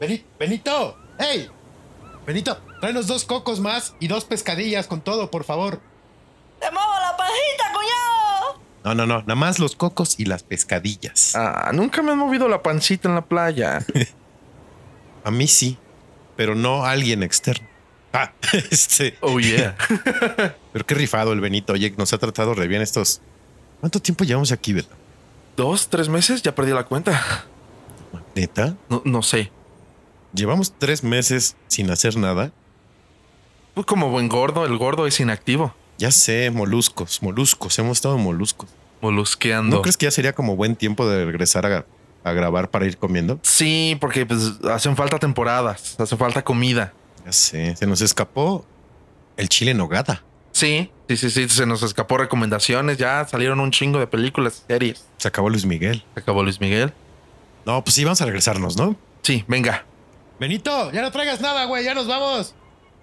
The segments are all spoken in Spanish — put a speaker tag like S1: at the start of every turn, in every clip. S1: Beni- Benito, hey, Benito, tráenos dos cocos más y dos pescadillas con todo, por favor.
S2: ¡Te muevo la pajita, cuñado!
S1: No, no, no, nada más los cocos y las pescadillas.
S3: Ah, nunca me han movido la pancita en la playa.
S1: A mí sí, pero no a alguien externo. Ah, este,
S3: Oh, yeah.
S1: pero qué rifado el Benito. Oye, nos ha tratado re bien estos. ¿Cuánto tiempo llevamos aquí, Bela?
S3: ¿Dos, tres meses? Ya perdí la cuenta.
S1: Neta,
S3: No, no sé.
S1: llevamos tres meses sin hacer nada.
S3: Tú como buen gordo, el gordo es inactivo.
S1: Ya sé, moluscos, moluscos, hemos estado moluscos.
S3: Molusqueando.
S1: ¿No crees que ya sería como buen tiempo de regresar a, a grabar para ir comiendo?
S3: Sí, porque pues, hacen falta temporadas, hace falta comida.
S1: Ya sé, se nos escapó el chile en nogada.
S3: Sí, sí, sí, sí, se nos escapó recomendaciones, ya salieron un chingo de películas, series.
S1: Se acabó Luis Miguel.
S3: Se acabó Luis Miguel.
S1: No, pues sí, vamos a regresarnos, ¿no?
S3: Sí, venga.
S1: Benito, ya no traigas nada, güey, ya nos vamos.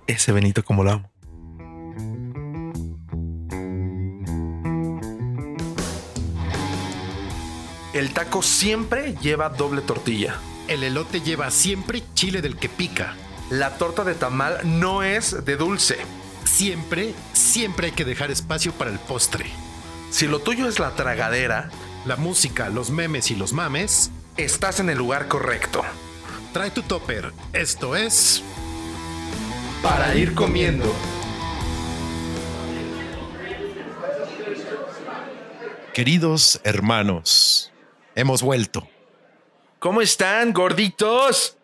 S3: Ese Benito como lo amo. El taco siempre lleva doble tortilla.
S1: El elote lleva siempre chile del que pica.
S3: La torta de tamal no es de dulce.
S1: Siempre, siempre hay que dejar espacio para el postre.
S3: Si lo tuyo es la tragadera,
S1: La música, los memes y los mames.
S3: estás en el lugar correcto.
S1: Trae tu topper. Esto es.
S3: Para ir comiendo.
S1: Queridos hermanos, hemos vuelto.
S3: ¿Cómo están, gorditos?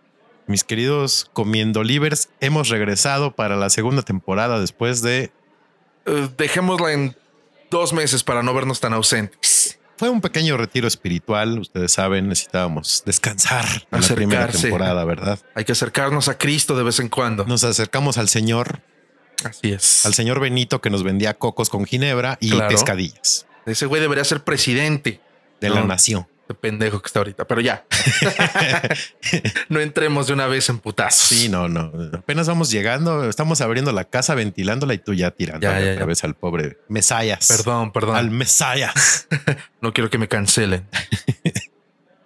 S1: Mis queridos comiendo livers, hemos regresado para la segunda temporada después de.
S3: Eh, dejémosla en dos meses para no vernos tan ausentes.
S1: Fue un pequeño retiro espiritual. Ustedes saben, necesitábamos descansar en la primera
S3: Acercarse.
S1: temporada, ¿verdad?
S3: Hay que acercarnos a Cristo de vez en cuando.
S1: Nos acercamos al Señor,
S3: Así es.
S1: al señor Benito que nos vendía cocos con ginebra y
S3: Claro.
S1: pescadillas
S3: Ese güey debería ser presidente.
S1: de la
S3: No.
S1: nación.
S3: Qué pendejo que está ahorita, pero ya. no entremos de una vez en putazos.
S1: Sí, no, no. Apenas vamos llegando, estamos abriendo la casa, ventilándola y tú ya tirando
S3: Ya, ya,
S1: otra
S3: ya.
S1: vez al pobre Mesayas.
S3: Perdón, perdón.
S1: Al Mesayas.
S3: No quiero que me cancelen.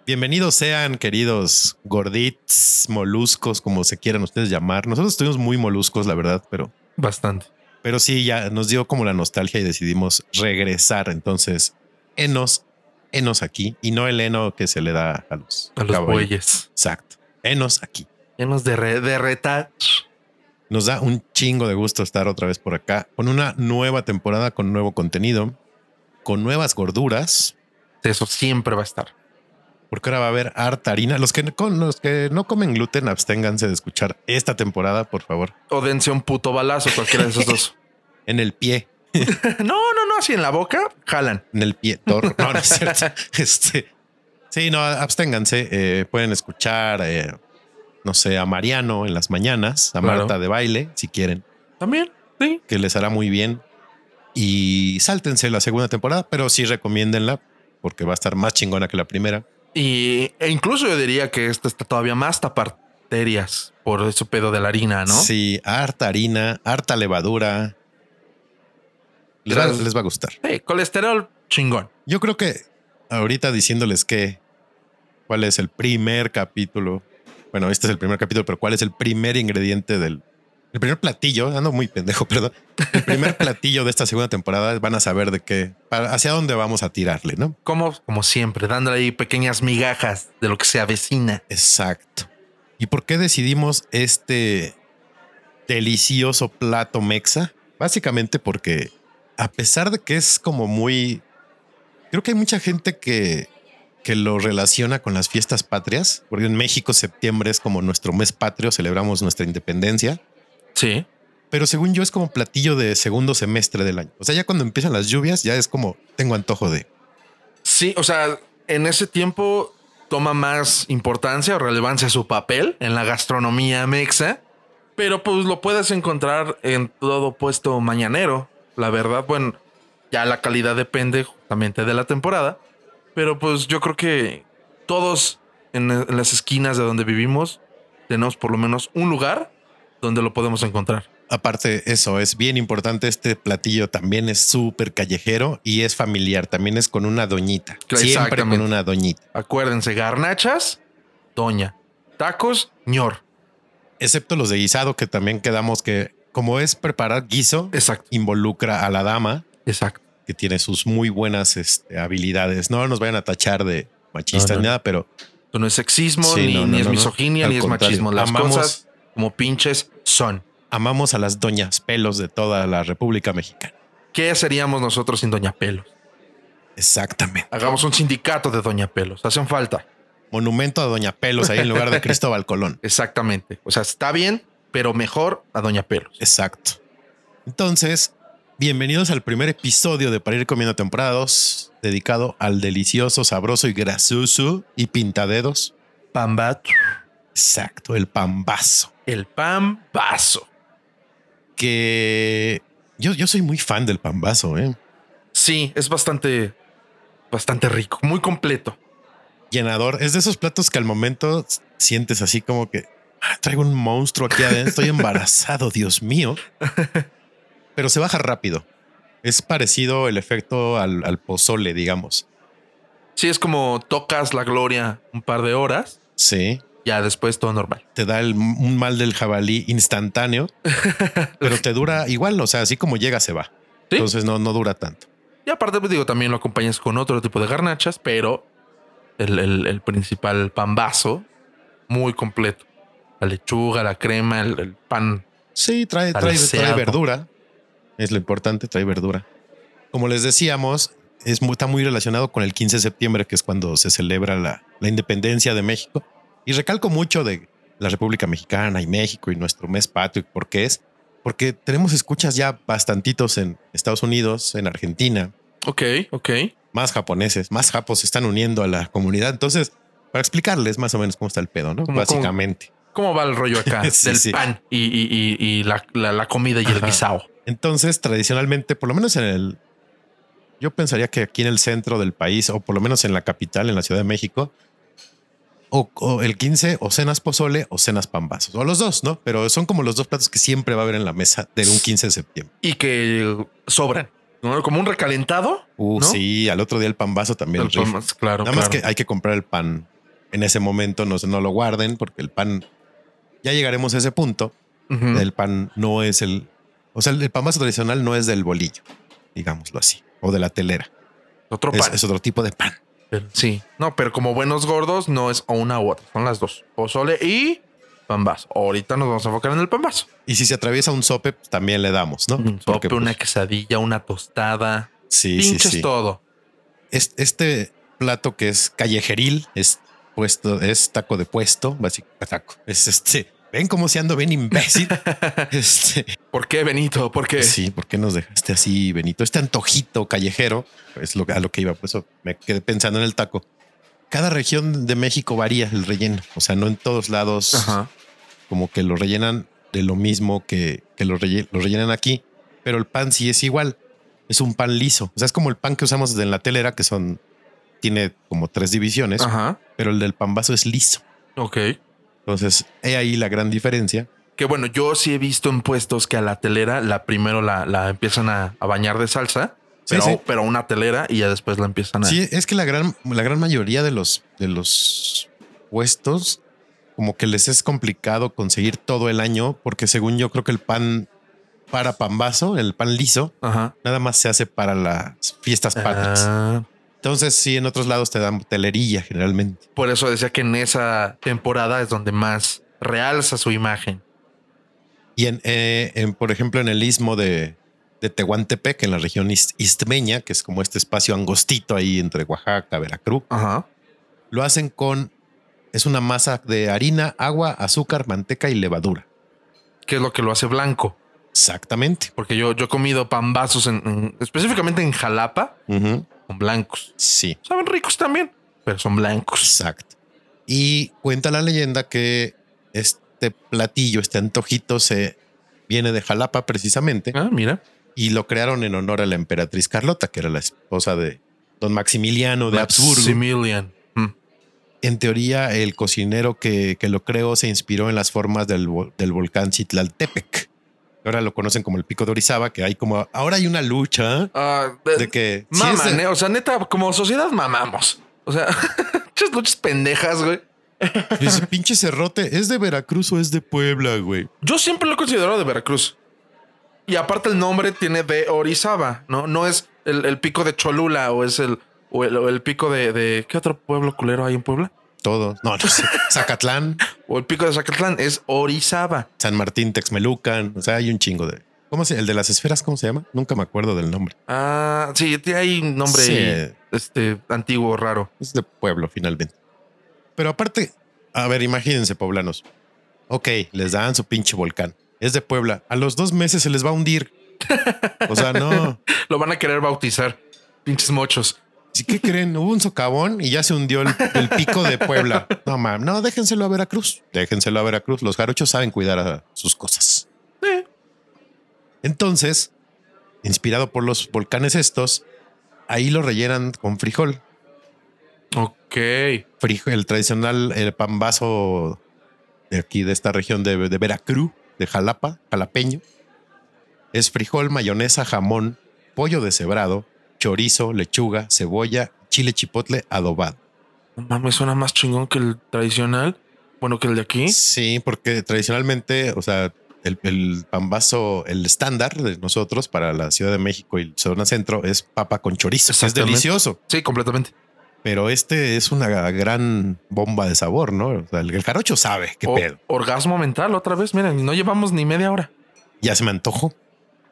S1: Bienvenidos sean, queridos gordits, moluscos, como se quieran ustedes llamar. Nosotros estuvimos muy moluscos, la verdad, pero,
S3: Bastante.
S1: pero sí, ya nos dio como la nostalgia y decidimos regresar. Entonces, enos, enos aquí y no el heno que se le da a los,
S3: A los
S1: caballos.
S3: bueyes.
S1: Exacto. Enos aquí.
S3: Llenos de, re- de reta.
S1: Nos da un chingo de gusto estar otra vez por acá con una nueva temporada, con nuevo contenido, con nuevas gorduras,
S3: Eso siempre va a estar.
S1: porque ahora va a haber harta harina. Los que, con los que no comen gluten, absténganse de escuchar esta temporada, por favor,
S3: O dense un puto balazo, cualquiera de esos dos.
S1: en el pie,
S3: no, no, no. Así en la boca, jalan.
S1: en el pie, torro. No, no es cierto. Este, sí, no, absténganse. Eh, pueden escuchar, eh, no sé, a Mariano en las mañanas, a
S3: Claro.
S1: Marta de baile, si quieren.
S3: También. Sí.
S1: que les hará muy bien. Y sáltense la segunda temporada, pero sí recomiéndenla porque va a estar más chingona que la primera.
S3: Y, e incluso yo diría que esta está todavía más taparterias por ese pedo de la harina, Ah, ¿no?
S1: Sí, harta harina, harta levadura. Les va,
S3: Tras-
S1: les va a gustar.
S3: Sí, colesterol chingón.
S1: Yo creo que ahorita diciéndoles que cuál es el primer capítulo. Bueno, este es el primer capítulo, pero cuál es el primer ingrediente del el primer platillo. Ando muy pendejo, perdón. El primer platillo de esta segunda temporada van a saber de qué, para- hacia dónde vamos a tirarle, ¿no?
S3: como, como siempre, dándole ahí pequeñas migajas de lo que se avecina.
S1: Exacto. ¿Y por qué decidimos este delicioso plato mexa? Básicamente porque a pesar de que es como muy... Creo que hay mucha gente que, que lo relaciona con las fiestas patrias, porque en México septiembre es como nuestro mes patrio, celebramos nuestra independencia,
S3: Sí.
S1: pero según yo es como platillo de segundo semestre del año. O sea, ya cuando empiezan las lluvias ya es como tengo antojo de...
S3: Sí, o sea, en ese tiempo toma más importancia o relevancia su papel en la gastronomía mexa, pero pues lo puedes encontrar en todo puesto mañanero. La verdad, bueno, ya la calidad depende justamente de la temporada, pero pues yo creo que todos en, en las esquinas de donde vivimos tenemos por lo menos un lugar donde lo podemos encontrar.
S1: Aparte, eso es bien importante. Este platillo también es súper callejero y es familiar. También es con una doñita.
S3: Claro,
S1: Siempre
S3: exactamente.
S1: con una doñita.
S3: Acuérdense, garnachas, doña. Tacos, ñor.
S1: Excepto los de guisado, que también quedamos que, como es preparar guiso,
S3: Exacto,
S1: involucra a la dama,
S3: exacto.
S1: que tiene sus muy buenas este, habilidades. No nos vayan a tachar de machistas
S3: No, no,
S1: ni nada, pero
S3: Esto no es sexismo,
S1: Sí,
S3: ni,
S1: no,
S3: ni
S1: no,
S3: es
S1: no, no.
S3: misoginia,
S1: Al
S3: ni es
S1: contrario,
S3: machismo. Las
S1: amamos-
S3: cosas como pinches son.
S1: amamos a las doñas pelos de toda la República Mexicana.
S3: ¿Qué seríamos nosotros sin Doña Pelos?
S1: Exactamente.
S3: Hagamos un sindicato de Doña Pelos. Hacen falta.
S1: Monumento a Doña Pelos ahí en lugar de Cristóbal Colón.
S3: Exactamente. O sea, está bien, pero mejor a Doña Pelos.
S1: Exacto. Entonces, bienvenidos al primer episodio de Para ir comiendo temporada 2, dedicado al delicioso, sabroso y grasoso y pintadedos.
S3: Pambat.
S1: Exacto, el pambazo.
S3: El pambazo.
S1: Que yo, yo soy muy fan del pambazo, ¿eh?
S3: Sí, es bastante, bastante rico, muy completo.
S1: Llenador. Es de esos platos que al momento sientes así como que "Ah, traigo un monstruo aquí adentro, estoy embarazado, Dios mío. Pero se baja rápido. Es parecido el efecto al, al pozole, digamos.
S3: Sí, es como tocas la gloria un par de horas,
S1: Sí.
S3: ya después todo normal.
S1: te da el, un mal del jabalí instantáneo, pero te dura igual, o sea, así como llega se va.
S3: Sí.
S1: Entonces no, no dura tanto.
S3: Y aparte, pues, digo, también lo acompañas con otro tipo de garnachas, pero el, el- el principal pambazo, muy completo. La lechuga, la crema, el, el pan.
S1: Sí, trae, trae,
S3: Salseado.
S1: trae verdura. Es lo importante, trae verdura. Como les decíamos, es muy, está muy relacionado con el 15 de septiembre, que es cuando se celebra la, la independencia de México. Y recalco mucho de la República Mexicana y México y nuestro mes patrio, porque es porque tenemos escuchas ya bastantitos en Estados Unidos, en Argentina,
S3: Ok, ok.
S1: más japoneses, más japos se están uniendo a la comunidad. Entonces, para explicarles más o menos cómo está el pedo, ¿no?
S3: ¿Cómo,
S1: Básicamente.
S3: ¿Cómo va el rollo acá
S1: Sí,
S3: del
S1: sí.
S3: pan y, y- y- y la, la- la comida y el
S1: Ajá.
S3: guisado?
S1: Entonces, tradicionalmente, por lo menos en el... Yo pensaría que aquí en el centro del país, o por lo menos en la capital, en la Ciudad de México, o, o el 15, o cenas pozole o cenas pambazos, o los dos, ¿no? Pero son como los dos platos que siempre va a haber en la mesa de un 15 de septiembre.
S3: Y que sobran. ¿no? Como un recalentado. ¿no?
S1: Uh, Sí, al otro día el pambazo también.
S3: El
S1: rifa.
S3: pambazo, claro,
S1: Nada más
S3: claro.
S1: que hay que comprar el pan en ese momento, no, se- no lo guarden, porque el pan, ya llegaremos a ese punto.
S3: Ujú.
S1: El pan no es el, o sea, el, el pan más tradicional no es del bolillo, digámoslo así, o de la telera.
S3: Otro
S1: Es,
S3: pan.
S1: es otro tipo de pan.
S3: Pero- sí. No, pero como buenos gordos, no es o una u otra. Son las dos. Pozole y pambazo. Ahorita nos vamos a enfocar en el pambazo.
S1: Y si se atraviesa un sope, pues, también le damos, ¿no?
S3: Un
S1: Porque,
S3: sope, una
S1: pues,
S3: quesadilla, una tostada.
S1: sí, sí,
S3: pinches
S1: sí.
S3: todo.
S1: Es- Este plato que es callejeril, es puesto, es taco de puesto, básicamente taco. Es este, ven cómo se ando bien imbécil. este,
S3: ¿Por qué, Benito? ¿Por qué?
S1: Sí, ¿por qué nos dejaste así, Benito? Este antojito callejero es lo, a lo que iba, por eso me quedé pensando en el taco. Cada región de México varía el relleno, o sea, no en todos lados
S3: Ajá.
S1: como que lo rellenan de lo mismo que, que lo, relle- lo rellenan aquí, pero el pan sí es igual, es un pan liso, o sea, es como el pan que usamos en la telera, que son, tiene como tres divisiones,
S3: Ajá.
S1: pero el del pambazo es liso.
S3: Ok.
S1: Entonces, he ahí la gran diferencia.
S3: Que bueno, yo sí he visto en puestos que a la telera la primero la, la empiezan a, a bañar de salsa,
S1: Sí,
S3: pero,
S1: sí.
S3: pero una telera y ya después la empiezan a.
S1: Sí, es que la gran, la gran mayoría de los, de los puestos, como que les es complicado conseguir todo el año, porque según yo creo que el pan para pambazo, el pan liso,
S3: Ajá.
S1: nada más se hace para las fiestas patrias.
S3: Ah,
S1: Entonces, sí, en otros lados te dan telería generalmente.
S3: por eso decía que en esa temporada es donde más realza su imagen.
S1: Y en, eh, en, por ejemplo, en el istmo de, de Tehuantepec, en la región is- istmeña, que es como este espacio angostito ahí entre Oaxaca, Veracruz,
S3: Ajá.
S1: lo hacen con. Es una masa de harina, agua, azúcar, manteca y levadura.
S3: ¿Qué es lo que lo hace blanco?
S1: Exactamente.
S3: Porque yo, yo he comido pambazos en, en- específicamente en Jalapa con blancos.
S1: Sí,
S3: Saben ricos también, pero son blancos.
S1: exacto. Y cuenta la leyenda que este platillo, este antojito, se viene de Jalapa precisamente
S3: Ah, mira.
S1: y lo crearon en honor a la emperatriz Carlota, que era la esposa de don Maximiliano de Habsburgo.
S3: Maximilian. Mm.
S1: En teoría, el cocinero que, que lo creó se inspiró en las formas del, vol- del volcán Chitlaltepec. Ahora lo conocen como el pico de Orizaba, que hay como ahora hay una lucha
S3: Ah, de-
S1: de que si es
S3: maman,
S1: de-
S3: eh, O sea, neta, como sociedad mamamos. O sea, muchas luchas pendejas, güey.
S1: Dice, pinche cerrote, ¿es de Veracruz o es de Puebla, güey?
S3: Yo siempre lo he considerado de Veracruz. Y aparte el nombre tiene de Orizaba, ¿no? No es el, el pico de Cholula o es el, o el, o el pico de, de- ¿Qué otro pueblo culero hay en Puebla?
S1: Todo. No, no sé. Zacatlán,
S3: O el pico de Zacatlán es Orizaba.
S1: San Martín, Texmelucan. O sea, hay un chingo de. ¿Cómo se El de las esferas, ¿cómo se llama? Nunca me acuerdo del nombre.
S3: Ah, sí, tiene ahí un nombre
S1: Sí.
S3: este, antiguo, raro.
S1: Es de pueblo, finalmente. Pero aparte, a ver, imagínense, poblanos. Ok, les dan su pinche volcán. Es de Puebla. A los dos meses se les va a hundir. O sea, no.
S3: Lo van a querer bautizar. Pinches mochos.
S1: Sí, ¿Qué creen? Hubo un socavón y ya se hundió el, el pico de Puebla. No, mam, no, déjenselo a Veracruz. Déjenselo a Veracruz. Los jarochos saben cuidar a sus cosas.
S3: Sí.
S1: Entonces, inspirado por los volcanes estos, ahí lo rellenan con frijol.
S3: Ok.
S1: Frijo- el tradicional el pambazo de aquí de esta región de, de Veracruz, de Jalapa, jalapeño. Es frijol, mayonesa, jamón, pollo deshebrado, chorizo, lechuga, cebolla, chile chipotle adobado.
S3: No Mames, suena más chingón que el tradicional. Bueno, que el de aquí.
S1: Sí, porque tradicionalmente, o sea, el, el pambazo, el estándar de nosotros para la Ciudad de México y zona centro es papa con chorizo. que Es
S3: Exactamente.
S1: delicioso,
S3: Sí, completamente.
S1: pero este es una gran bomba de sabor, ¿no? O sea, el, el jarocho sabe qué
S3: O-
S1: pedo.
S3: Orgasmo mental, otra vez. Miren, no llevamos ni media hora.
S1: Ya se me antojó.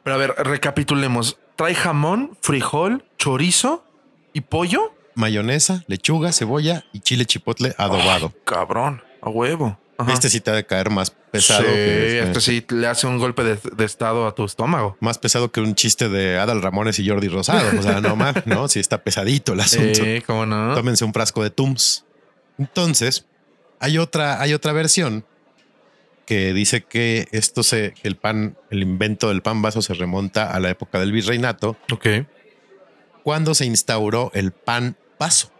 S3: Pero a ver, recapitulemos. Trae jamón, frijol, chorizo y pollo.
S1: mayonesa, lechuga, cebolla y chile chipotle adobado.
S3: Cabrón, a huevo. Ajá.
S1: Este sí te ha de caer más pesado.
S3: Sí,
S1: que este.
S3: este sí le hace un golpe de, de estado a tu estómago.
S1: Más pesado que un chiste de Adal Ramones y Jordi Rosado. O sea, no más, ¿no? Sí está pesadito el asunto.
S3: Sí, cómo no.
S1: Tómense un frasco de Tums. Entonces, hay otra, hay otra versión que dice que esto se, que el pan, el invento del pan vaso se remonta a la época del virreinato,
S3: Ok.
S1: cuando se instauró el pan vaso.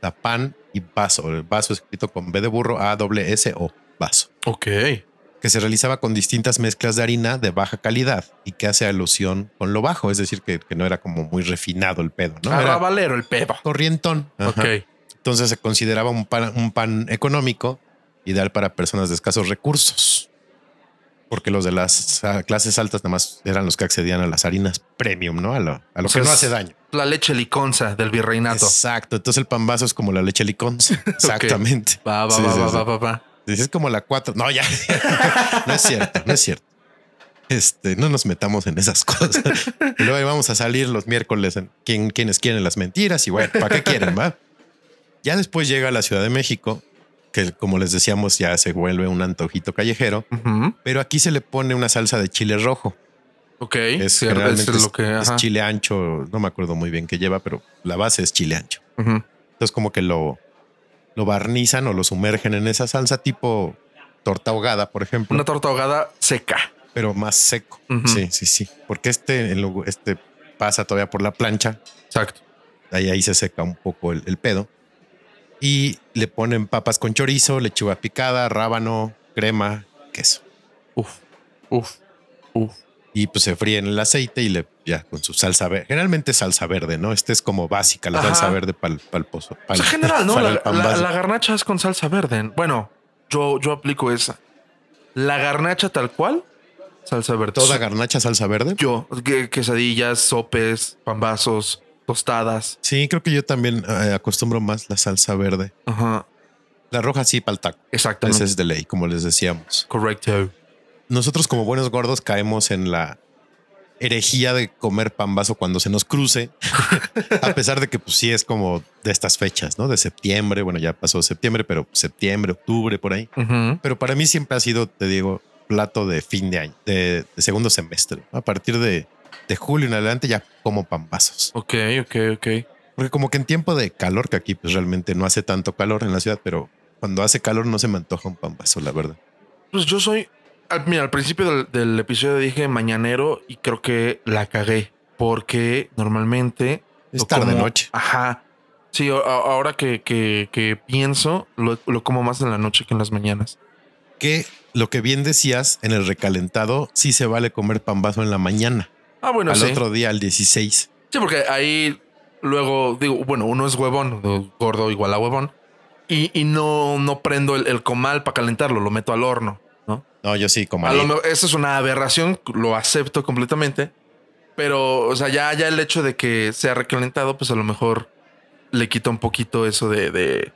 S1: La pan y vaso. El vaso escrito con B de burro, A, doble S o vaso.
S3: Ok.
S1: que se realizaba con distintas mezclas de harina de baja calidad y que hace alusión con lo bajo, es decir, que, que no era como muy refinado el pedo, ¿no?
S3: Ahora
S1: Era
S3: valero el pedo.
S1: corrientón. Ajá.
S3: Ok.
S1: Entonces se consideraba un pan, un pan económico, ideal para personas de escasos recursos, porque los de las ah, clases altas nada más eran los que accedían a las harinas premium, ¿no? A lo, a lo
S3: O sea,
S1: que no
S3: es
S1: hace daño.
S3: La leche liconza del virreinato.
S1: Exacto. Entonces el pan vaso es como la leche licón. Exactamente.
S3: Va, va,
S1: Sí,
S3: va,
S1: sí,
S3: va,
S1: sí.
S3: va, va, va.
S1: Dices como la 4. No, ya. no es cierto, no es cierto. Este, no nos metamos en esas cosas. Y Luego ahí vamos a salir los miércoles en quien, quienes quieren las mentiras y bueno, ¿para qué quieren? Va? Ya después llega a la Ciudad de México, que como les decíamos, ya se vuelve un antojito callejero,
S3: Ujú.
S1: pero aquí se le pone una salsa de chile rojo.
S3: Ok.
S1: Es,
S3: sí,
S1: generalmente
S3: es
S1: es-
S3: lo que.
S1: es
S3: ajá.
S1: chile ancho, no me acuerdo muy bien qué lleva, pero la base es chile ancho.
S3: Ujú.
S1: Entonces como que lo, lo barnizan o lo sumergen en esa salsa tipo torta ahogada, por ejemplo,
S3: Una torta ahogada seca.
S1: pero más seco.
S3: Ujú.
S1: Sí, sí, sí. Porque este, en lugar- este pasa todavía por la plancha,
S3: Exacto.
S1: ahí, ahí se seca un poco el, el pedo. Y le ponen papas con chorizo, lechuga picada, rábano, crema, queso.
S3: Uf, uf, uf.
S1: Y pues se fríe en el aceite y le ya con su salsa verde. Generalmente es salsa verde, ¿no? Este es como básica, la
S3: Ajá.
S1: salsa verde para el pozo.
S3: O
S1: pa'l-
S3: sea, general, ¿no?
S1: para
S3: La,
S1: el pan
S3: la-
S1: vaso.
S3: la garnacha es con salsa verde. Bueno, yo, yo aplico esa. La garnacha tal cual, salsa verde.
S1: Toda garnacha salsa verde.
S3: Yo, que- quesadillas, sopes, pambazos, tostadas.
S1: Sí, creo que yo también eh, acostumbro más la salsa verde.
S3: Ajá.
S1: La roja sí para el taco.
S3: Exactamente.
S1: Ese es de ley, como les decíamos.
S3: Correcto.
S1: Nosotros como buenos gordos caemos en la herejía de comer pambazo cuando se nos cruce, a pesar de que pues sí es como de estas fechas, ¿no? De septiembre, bueno, ya pasó septiembre, pero septiembre, octubre, por ahí.
S3: Ujú.
S1: Pero para mí siempre ha sido, te digo, plato de fin de año, de, de segundo semestre. A partir de, de julio en adelante ya como pambazos.
S3: Ok, ok, ok.
S1: Porque como que en tiempo de calor, que aquí pues realmente no hace tanto calor en la ciudad, pero cuando hace calor no se me antoja un pambazo, la verdad.
S3: Pues yo soy. al- Mira, al principio del, del episodio dije mañanero y creo que la cagué. Porque normalmente.
S1: Es
S3: lo
S1: tarde
S3: como-
S1: noche.
S3: Ajá. Sí, a- a- ahora que, que- que pienso, lo, lo como más en la noche que en las mañanas.
S1: Que lo que bien decías en el recalentado, sí se vale comer pambazo en la mañana.
S3: Ah, bueno,
S1: al
S3: sí.
S1: otro día, al 16.
S3: Sí, porque ahí luego digo, bueno, uno es huevón, gordo igual a huevón. y, y no, no prendo el, el comal para calentarlo, lo meto al horno, ¿no?
S1: No, yo sí, como
S3: A lo mejor esa es una aberración, lo acepto completamente. Pero, o sea, ya, ya el hecho de que sea recalentado, pues a lo mejor le quita un poquito eso de, de,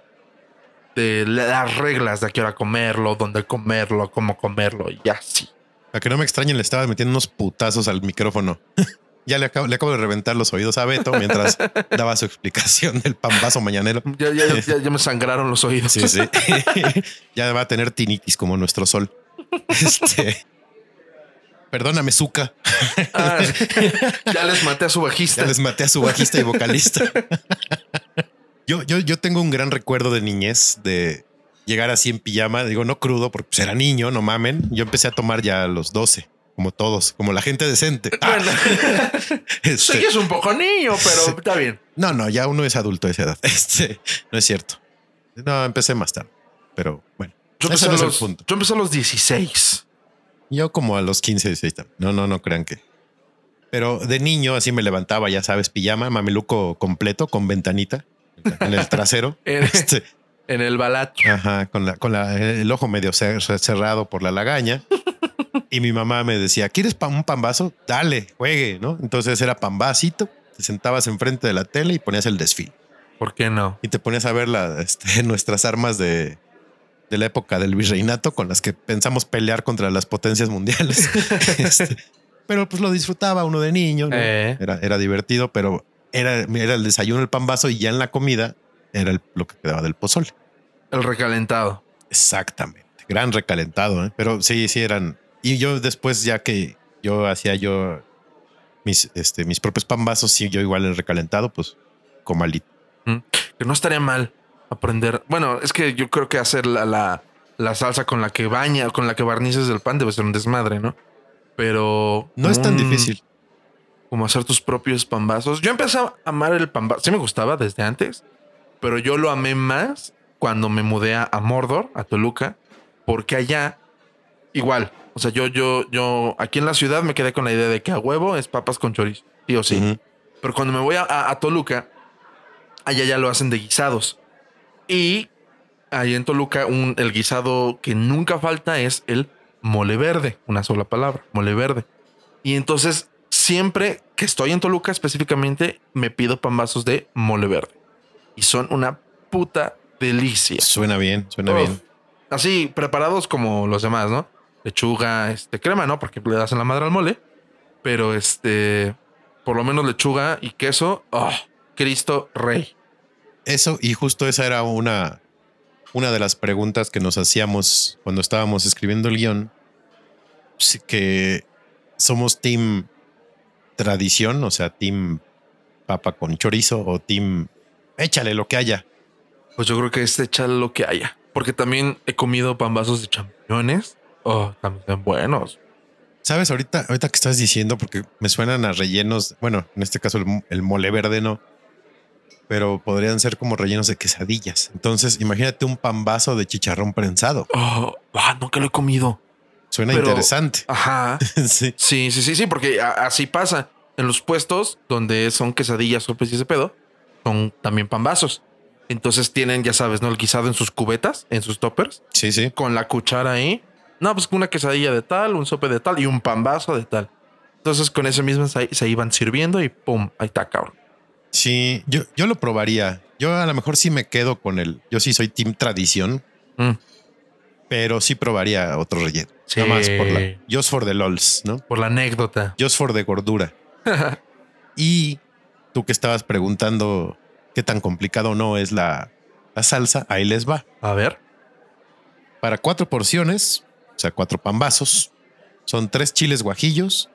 S3: de las reglas de a qué hora comerlo, dónde comerlo, cómo comerlo y así.
S1: A que no me extrañen, le estaba metiendo unos putazos al micrófono. ya le acabo, le acabo de reventar los oídos a Beto mientras daba su explicación del pambazo mañanero.
S3: Ya, ya, ya, ya me sangraron los oídos.
S1: Sí, sí. ya va a tener tinitis como nuestro sol. Este. Perdóname, Zuka.
S3: Ah, ya les maté a su bajista.
S1: Ya les maté a su bajista y vocalista. yo, yo, yo tengo un gran recuerdo de niñez de llegar así en pijama. Digo, no crudo, porque pues, era niño, no mamen. Yo empecé a tomar ya a los 12, como todos, como la gente decente. Ah,
S3: Bueno,
S1: este,
S3: sí, es un poco niño, pero está bien.
S1: No, no, ya uno es adulto a esa edad. Este, no es cierto. No, empecé más tarde, pero bueno.
S3: Yo
S1: ese
S3: empecé,
S1: no
S3: a
S1: es el
S3: los,
S1: punto.
S3: yo empecé a los 16.
S1: Yo como a los 15, 16 también. No, no, no crean que. Pero de niño así me levantaba, ya sabes, pijama, mameluco completo con ventanita en el trasero.
S3: En,
S1: Este,
S3: en el balacho.
S1: ajá, con la, con la- el ojo medio cer- cerrado por la lagaña. Y mi mamá me decía, ¿quieres pa- un pambazo? Dale, juegue, ¿no? Entonces era pambacito, te sentabas enfrente de la tele y ponías el desfile.
S3: ¿Por qué no?
S1: Y te ponías a ver la, este, nuestras armas de, de la época del virreinato con las que pensamos pelear contra las potencias mundiales. Este, pero pues lo disfrutaba uno de niño. ¿no?
S3: Eh.
S1: Era, era divertido, pero era, era el desayuno, el pambazo y ya en la comida era el- lo que quedaba del pozole.
S3: El recalentado.
S1: Exactamente. Gran recalentado, ¿eh? Pero sí, sí eran. Y yo después, ya que yo hacía yo mis, este, mis propios pambazos, sí, yo igual el recalentado, pues comalito.
S3: Que no estaría mal aprender. Bueno, es que yo creo que hacer la, la, la salsa con la que baña, con la que barnices el pan debe ser un desmadre, ¿no? Pero.
S1: No es tan
S3: un-
S1: difícil.
S3: Como hacer tus propios pambazos. Yo empecé a amar el pambazo. Sí me gustaba desde antes, pero yo lo amé más cuando me mudé a, a Mordor, a Toluca, porque allá igual. O sea, yo, yo, yo aquí en la ciudad me quedé con la idea de que a huevo es papas con chorizo. Sí o sí.
S1: Ujú.
S3: Pero cuando me voy a, a- a Toluca, allá ya lo hacen de guisados. Y ahí en Toluca, un, el guisado que nunca falta es el mole verde. Una sola palabra, mole verde. Y entonces, siempre que estoy en Toluca específicamente, me pido pambazos de mole verde. Y son una puta delicia.
S1: Suena bien, suena
S3: Uf.
S1: bien.
S3: Así, preparados como los demás, ¿no? Lechuga, este, crema, ¿no? Porque le das en la madre al mole. Pero este, por lo menos lechuga y queso. ¡Oh! Cristo Rey.
S1: Eso, y justo esa era una, una de las preguntas que nos hacíamos cuando estábamos escribiendo el guión. Sí, Que somos team tradición, o sea, team papa con chorizo o team échale lo que haya.
S3: Pues yo creo que este echar lo que haya. Porque también he comido pambazos de champiñones. Oh, también son buenos.
S1: Sabes, ahorita, ahorita que estás diciendo, porque me suenan a rellenos, bueno, en este caso el, mo- el mole verde no, pero podrían ser como rellenos de quesadillas. Entonces, imagínate un pambazo de chicharrón prensado.
S3: Oh, ah, nunca lo he comido.
S1: Suena
S3: Pero-
S1: interesante.
S3: Ajá.
S1: sí.
S3: Sí, sí, sí, sí, porque a- así pasa. En los puestos donde son quesadillas, sopes y ese pedo, son también pambazos. Entonces tienen, ya sabes, ¿no? El guisado en sus cubetas, en sus toppers,
S1: Sí, sí.
S3: con la cuchara ahí. No, pues una quesadilla de tal, un sope de tal y un pambazo de tal. Entonces con ese mismo se, se iban sirviendo y pum, ahí está, cabrón.
S1: Sí, yo, yo lo probaría. Yo a lo mejor sí me quedo con el. Yo sí soy team tradición,
S3: Mm,
S1: pero sí probaría otro relleno.
S3: Sí.
S1: Nada más por la. Just for the lols, ¿no?
S3: por la anécdota.
S1: Just for the gordura. y tú que estabas preguntando qué tan complicado o no es la, la salsa, ahí les va.
S3: A ver.
S1: Para cuatro porciones, o sea, cuatro pambazos, son tres chiles guajillos,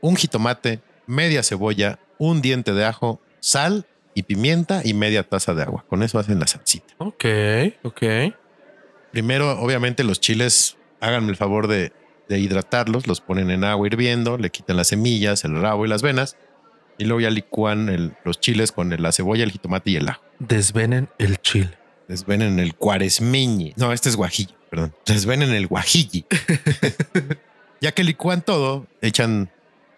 S1: un jitomate, media cebolla, un diente de ajo, sal y pimienta y media taza de agua. Con eso hacen la salsita.
S3: Ok, ok.
S1: Primero, obviamente, los chiles, háganme el favor de, de hidratarlos, los ponen en agua hirviendo, le quitan las semillas, el rabo y las venas, y luego ya licúan el- los chiles con el- la cebolla, el jitomate y el ajo.
S3: Desvenen el chile.
S1: Desvenen el cuaresmiñi. No, este es guajillo, perdón. Desvenen el guajilli. ya que licúan todo, echan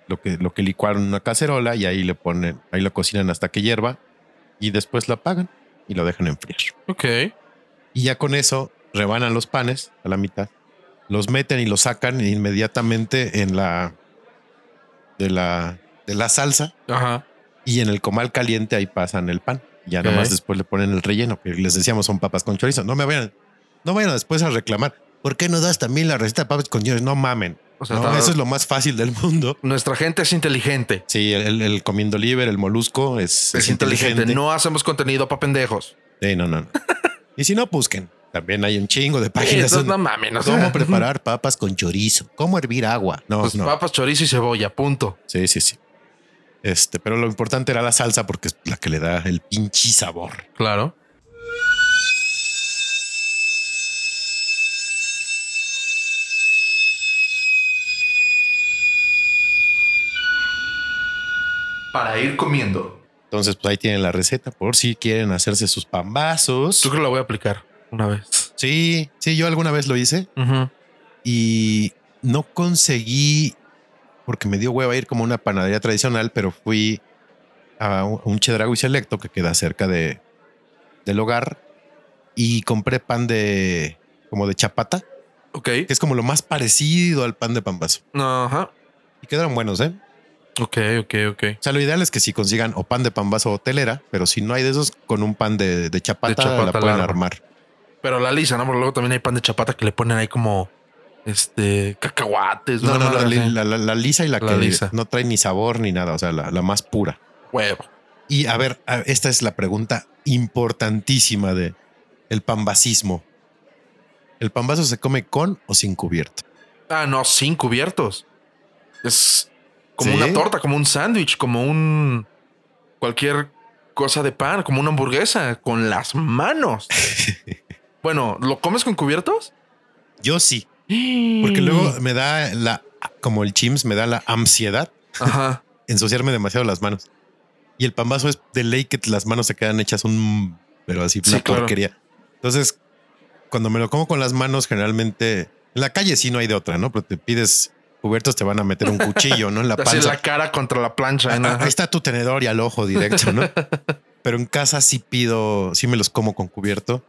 S1: lo que, lo que licuaron en una cacerola y ahí le ponen, ahí lo cocinan hasta que hierva y después lo apagan y lo dejan enfriar.
S3: Ok.
S1: Y ya con eso rebanan los panes a la mitad, los meten y los sacan inmediatamente en la de la de la salsa
S3: Ajá.
S1: y en el comal caliente ahí pasan el pan. Ya
S3: Ok.
S1: nomás después le ponen el relleno, que les decíamos son papas con chorizo. No me vayan, no vayan después a reclamar. ¿Por qué no das también la receta de papas con chorizo? No mamen.
S3: O sea,
S1: No,
S3: está-
S1: eso es lo más fácil del mundo.
S3: Nuestra gente es inteligente.
S1: Sí, el, el, el comiendo libre, el molusco es,
S3: Es, inteligente. No hacemos contenido para pendejos.
S1: Sí, no, no. no. y si no, busquen. También hay un chingo de páginas.
S3: Eso
S1: donde-
S3: no mames. no
S1: ¿Cómo
S3: sea,
S1: preparar papas con chorizo? ¿Cómo hervir agua? No,
S3: pues
S1: no.
S3: papas, chorizo y cebolla, punto.
S1: Sí, sí, sí. Este, pero lo importante era la salsa porque es la que le da el pinche sabor.
S3: Claro. Para ir comiendo.
S1: Entonces, pues ahí tienen la receta por si quieren hacerse sus pambazos.
S3: Yo creo que la voy a aplicar una vez.
S1: Sí, sí, yo alguna vez lo hice y no conseguí porque me dio hueva ir como a una panadería tradicional, pero fui a un- a un chedragui selecto que queda cerca de del hogar y compré pan de como de chapata,
S3: Ok.
S1: que es como lo más parecido al pan de pambazo.
S3: Ajá.
S1: Y quedaron buenos, ¿eh?
S3: Ok, ok, ok.
S1: O sea, lo ideal es que si consigan o pan de pambazo o telera, pero si no hay de esos, con un pan de, de chapata,
S3: De chapata
S1: la
S3: la
S1: pueden
S3: arman.
S1: armar.
S3: Pero la lisa, ¿no? Porque luego también hay pan de chapata que le ponen ahí como este cacahuates.
S1: No,
S3: una
S1: no, la,
S3: madre así.
S1: la- la- la lisa y la,
S3: La
S1: que
S3: lisa.
S1: no trae ni sabor ni nada, o sea, la, la más pura.
S3: Huevo.
S1: Y a ver, a- esta es la pregunta importantísima de el pambacismo. ¿El pambazo se come con o sin cubierta?
S3: Ah, no, sin cubiertos. Es como
S1: ¿Sí?
S3: una torta, como un sándwich, como un cualquier cosa de pan, como una hamburguesa, con las manos. bueno, ¿lo comes con cubiertos?
S1: Yo sí,
S3: Mm.
S1: porque luego me da la, como el chims, me da la ansiedad
S3: Ajá.
S1: ensuciarme demasiado las manos. Y el pambazo es de ley que las manos se quedan hechas un, pero así,
S3: Sí,
S1: una
S3: claro.
S1: porquería. Entonces, cuando me lo como con las manos, generalmente en la calle sí no hay de otra, ¿no? Pero te pides cubiertos, te van a meter un cuchillo, ¿no? En la
S3: Así
S1: panza.
S3: la cara contra la plancha. ¿no?
S1: Ah, Ahí está tu tenedor y al ojo directo, ¿no? Pero en casa sí pido, sí me los como con cubierto.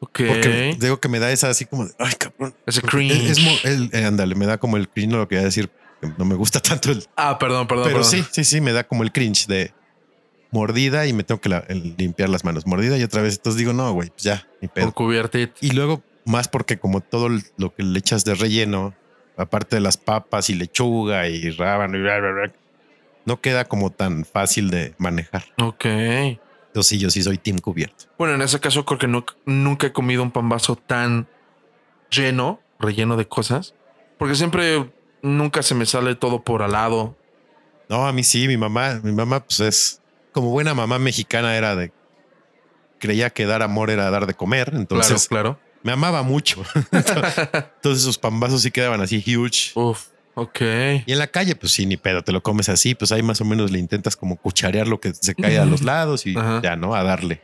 S3: Ok.
S1: Porque digo que me da esa así como, de, ay, cabrón.
S3: Ese
S1: Es,
S3: cream.
S1: es mo- el- eh, ándale, me da como el cringe, no lo quería decir, que no me gusta tanto el
S3: Ah, perdón, perdón.
S1: pero
S3: perdón.
S1: sí, sí, sí, me da como el cringe de mordida y me tengo que la- el- limpiar las manos. Mordida y otra vez. Entonces digo, no, güey, pues ya, ni
S3: Con
S1: pedo.
S3: cubiertito.
S1: Y luego, más porque como todo el- lo que le echas de relleno, aparte de las papas y lechuga y rábano y bla, bla, bla, no queda como tan fácil de manejar.
S3: Ok.
S1: Entonces sí, yo sí soy team cubierto.
S3: Bueno, en ese caso creo que nu- nunca he comido un pambazo tan lleno, relleno de cosas, porque siempre nunca se me sale todo por al lado.
S1: No, a mí sí, mi mamá, mi mamá pues es como buena mamá mexicana era de... Creía que dar amor era dar de comer, entonces
S3: claro,
S1: me amaba mucho. Entonces sus pambazos sí quedaban así huge.
S3: claro. Uf, ok.
S1: Y en la calle, pues sí, ni pedo, te lo comes así, pues ahí más o menos le intentas como cucharear lo que se cae a los lados y
S3: Ajá.
S1: ya, ¿no? A darle.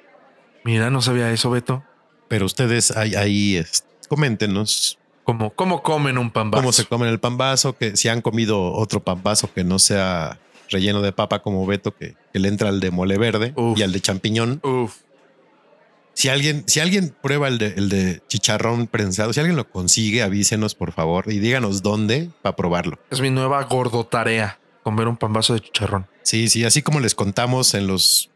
S3: Mira, no sabía eso, Beto.
S1: Pero ustedes ahí, ahí es- coméntenos
S3: ¿Cómo, cómo comen un pambazo?
S1: cómo se comen el pambazo, que si han comido otro pambazo que no sea relleno de papa como Beto, que, que le entra al de mole verde
S3: Uf.
S1: y al de champiñón.
S3: Uf,
S1: Si alguien, si alguien prueba el de, el de chicharrón prensado, si alguien lo consigue, avísenos por favor y díganos dónde para probarlo.
S3: es mi nueva gordotarea, comer un pambazo de chicharrón.
S1: Sí, sí, así como les contamos en los.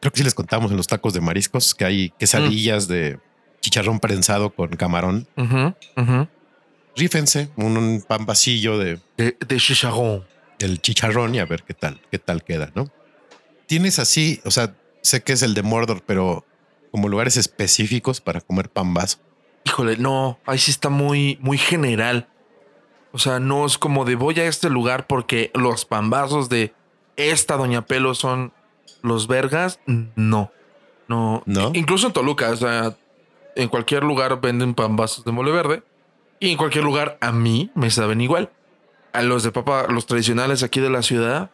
S1: Creo que sí les contamos en los tacos de mariscos que hay quesadillas de chicharrón prensado con camarón.
S3: Ujú, ujú.
S1: Rífense un, un pan vacillo de,
S3: de, de chicharrón.
S1: del chicharrón y a ver qué tal, qué tal queda, ¿no? Tienes así, o sea, sé que es el de Mordor, pero como lugares específicos para comer pan vaso.
S3: Híjole, no, ahí sí está muy, muy general. O sea, no es como de voy a este lugar porque los pambazos de esta Doña Pelo son los vergas. No, no.
S1: ¿No?
S3: Incluso en Toluca, o sea, en cualquier lugar venden pambazos de mole verde. Y en cualquier lugar a mí me saben igual. A los de papa, los tradicionales aquí de la ciudad,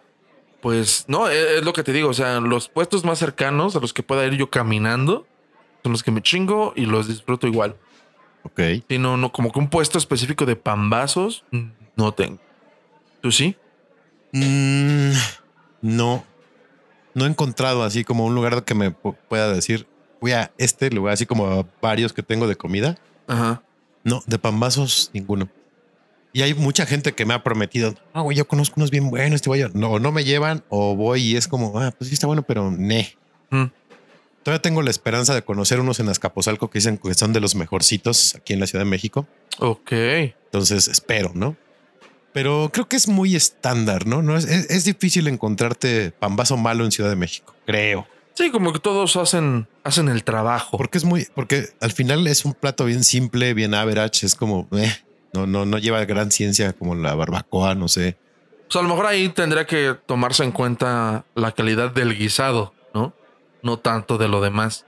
S3: pues no, e- es, lo que te digo. O sea, los puestos más cercanos a los que pueda ir yo caminando son los que me chingo y los disfruto igual.
S1: Ok.
S3: Sí, no, no, como que un puesto específico de pambazos mm, no tengo. ¿Tú sí?
S1: Mm, no, no he encontrado así como un lugar que me pu- pueda decir, fui a este lugar, así como a varios que tengo de comida.
S3: Ajá.
S1: No, de pambazos, ninguno. Y hay mucha gente que me ha prometido, ah, güey, yo conozco unos bien buenos, te voy a... No, no me llevan o voy y es como, ah, pues sí está bueno, pero ne.
S3: Mm.
S1: Todavía tengo la esperanza de conocer unos en Azcapotzalco que dicen que son de los mejorcitos aquí en la Ciudad de México.
S3: Ok.
S1: Entonces espero, ¿no? Pero creo que es muy estándar, ¿no? no es, es- es difícil encontrarte pambazo malo en Ciudad de México, creo.
S3: Sí, como que todos hacen, hacen el trabajo.
S1: Porque es muy, porque al final es un plato bien simple, bien average, es como, eh, no, no, no lleva gran ciencia como la barbacoa, no sé.
S3: O sea, a lo mejor ahí tendría que tomarse en cuenta la calidad del guisado, ¿no? No tanto de lo demás.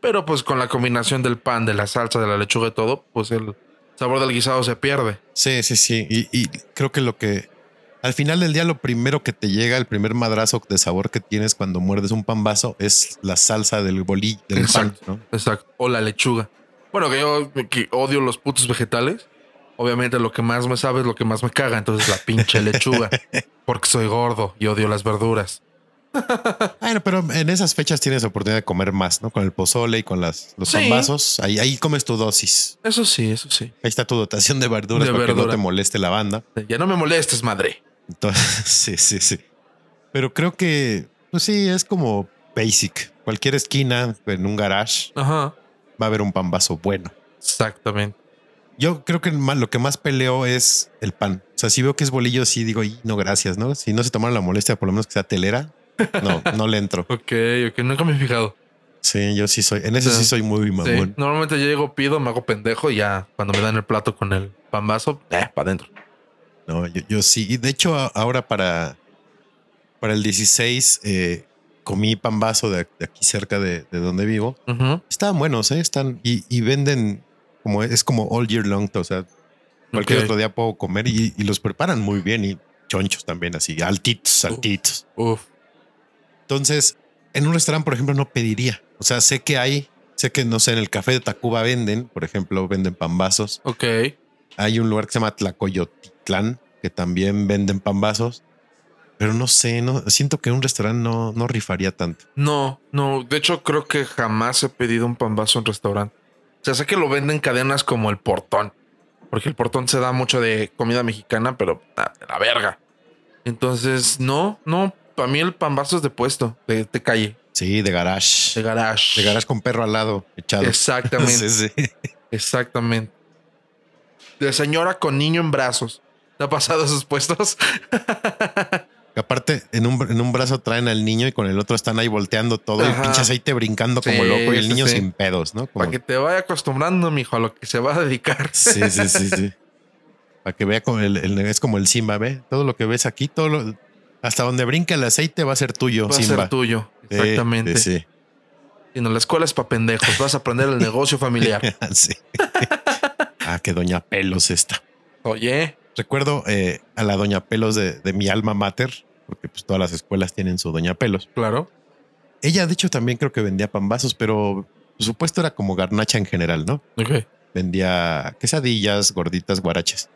S3: Pero pues con la combinación del pan, de la salsa, de la lechuga y todo, pues el sabor del guisado se pierde.
S1: Sí, sí, sí. Y, y creo que lo que al final del día, lo primero que te llega, el primer madrazo de sabor que tienes cuando muerdes un pambazo es la salsa del bolillo, del
S3: Exacto.
S1: pan, ¿no?
S3: Exacto. O la lechuga. Bueno, que yo que odio los putos vegetales. Obviamente lo que más me sabe es lo que más me caga. Entonces la pinche lechuga. Porque soy gordo y odio las verduras.
S1: Bueno, pero en esas fechas tienes oportunidad de comer más, ¿no? Con el pozole y con las, los
S3: Sí.
S1: pambazos. Ahí, ahí comes tu dosis.
S3: Eso sí, eso sí.
S1: Ahí está tu dotación de verduras
S3: De
S1: para que no
S3: verdura.
S1: te moleste la banda.
S3: Ya no me molestes, madre.
S1: Entonces, sí, sí, sí. Pero creo que, pues sí, es como basic. Cualquier esquina, en un garage,
S3: Ajá.
S1: va a haber un pambazo bueno.
S3: Exactamente.
S1: Yo creo que más- lo que más peleo es el pan. O sea, si veo que es bolillo, sí digo, "Y, no, gracias, ¿no? Si no se tomaron la molestia, por lo menos que sea telera, no, no le entro.
S3: Ok, ok. Nunca me he fijado.
S1: Sí, yo sí soy, en eso sí soy muy
S3: Ah, Sí,
S1: mamón.
S3: Normalmente yo llego, pido, me hago pendejo y ya cuando me dan el plato con el pambazo, eh, para adentro.
S1: No, yo, yo sí. Y de hecho, a- ahora para, para el 16, eh, comí pambazo de, de aquí cerca de, de donde vivo.
S3: Ujú.
S1: Están buenos, ¿eh? Están y, y venden como es como all year long. O sea, cualquier
S3: Ok.
S1: otro día puedo comer y, y los preparan muy bien y chonchos también, así
S3: Uh.
S1: altitos, altitos.
S3: Uf.
S1: Entonces, en un restaurante, por ejemplo, no pediría. O sea, sé que hay, sé que no sé, en el café de Tacuba venden, por ejemplo, venden pambazos.
S3: Ok.
S1: Hay un lugar que se llama Tlacoyotitlán que también venden pambazos, pero no sé, no siento que en un restaurante no, no rifaría tanto.
S3: No, no. De hecho, creo que jamás he pedido un pambazo en restaurante. O sea, sé que lo venden cadenas como el portón. Porque el portón se da mucho de comida mexicana, pero a la verga. Entonces, no, no. Para mí el pambazo es de puesto, de, de calle,
S1: Sí, de garage,
S3: de garage.
S1: de garage con perro al lado echado.
S3: Exactamente.
S1: Sí, sí.
S3: Exactamente. De señora con niño en brazos. ¿Te ha pasado esos puestos?
S1: Que Aparte, en un, en un brazo traen al niño y con el otro están ahí volteando todo
S3: Ajá.
S1: el pinche aceite brincando como
S3: Sí,
S1: loco y el
S3: sí,
S1: niño
S3: sí.
S1: sin pedos, ¿no? Como-
S3: Para que te vaya acostumbrando, mijo, a lo que se va a dedicar.
S1: Sí, sí, sí, sí. Para que vea como el, el- es como el Simba, ¿ve? Todo lo que ves aquí, todo lo- hasta donde brinca el aceite va a ser tuyo,
S3: Va a
S1: Simba.
S3: ser tuyo.
S1: Sí,
S3: Exactamente.
S1: Sí, sí.
S3: Y no, la escuela es para pendejos. Vas a aprender el negocio familiar.
S1: Sí. ah, que Doña Pelos esta.
S3: Oye,
S1: Recuerdo eh, a la Doña Pelos de, de mi alma mater, porque pues todas las escuelas tienen su Doña Pelos.
S3: claro.
S1: Ella, de hecho, también creo que vendía pambazos, pero su supuesto era como garnacha en general, ¿no?
S3: Ok.
S1: vendía quesadillas, gorditas, guaraches.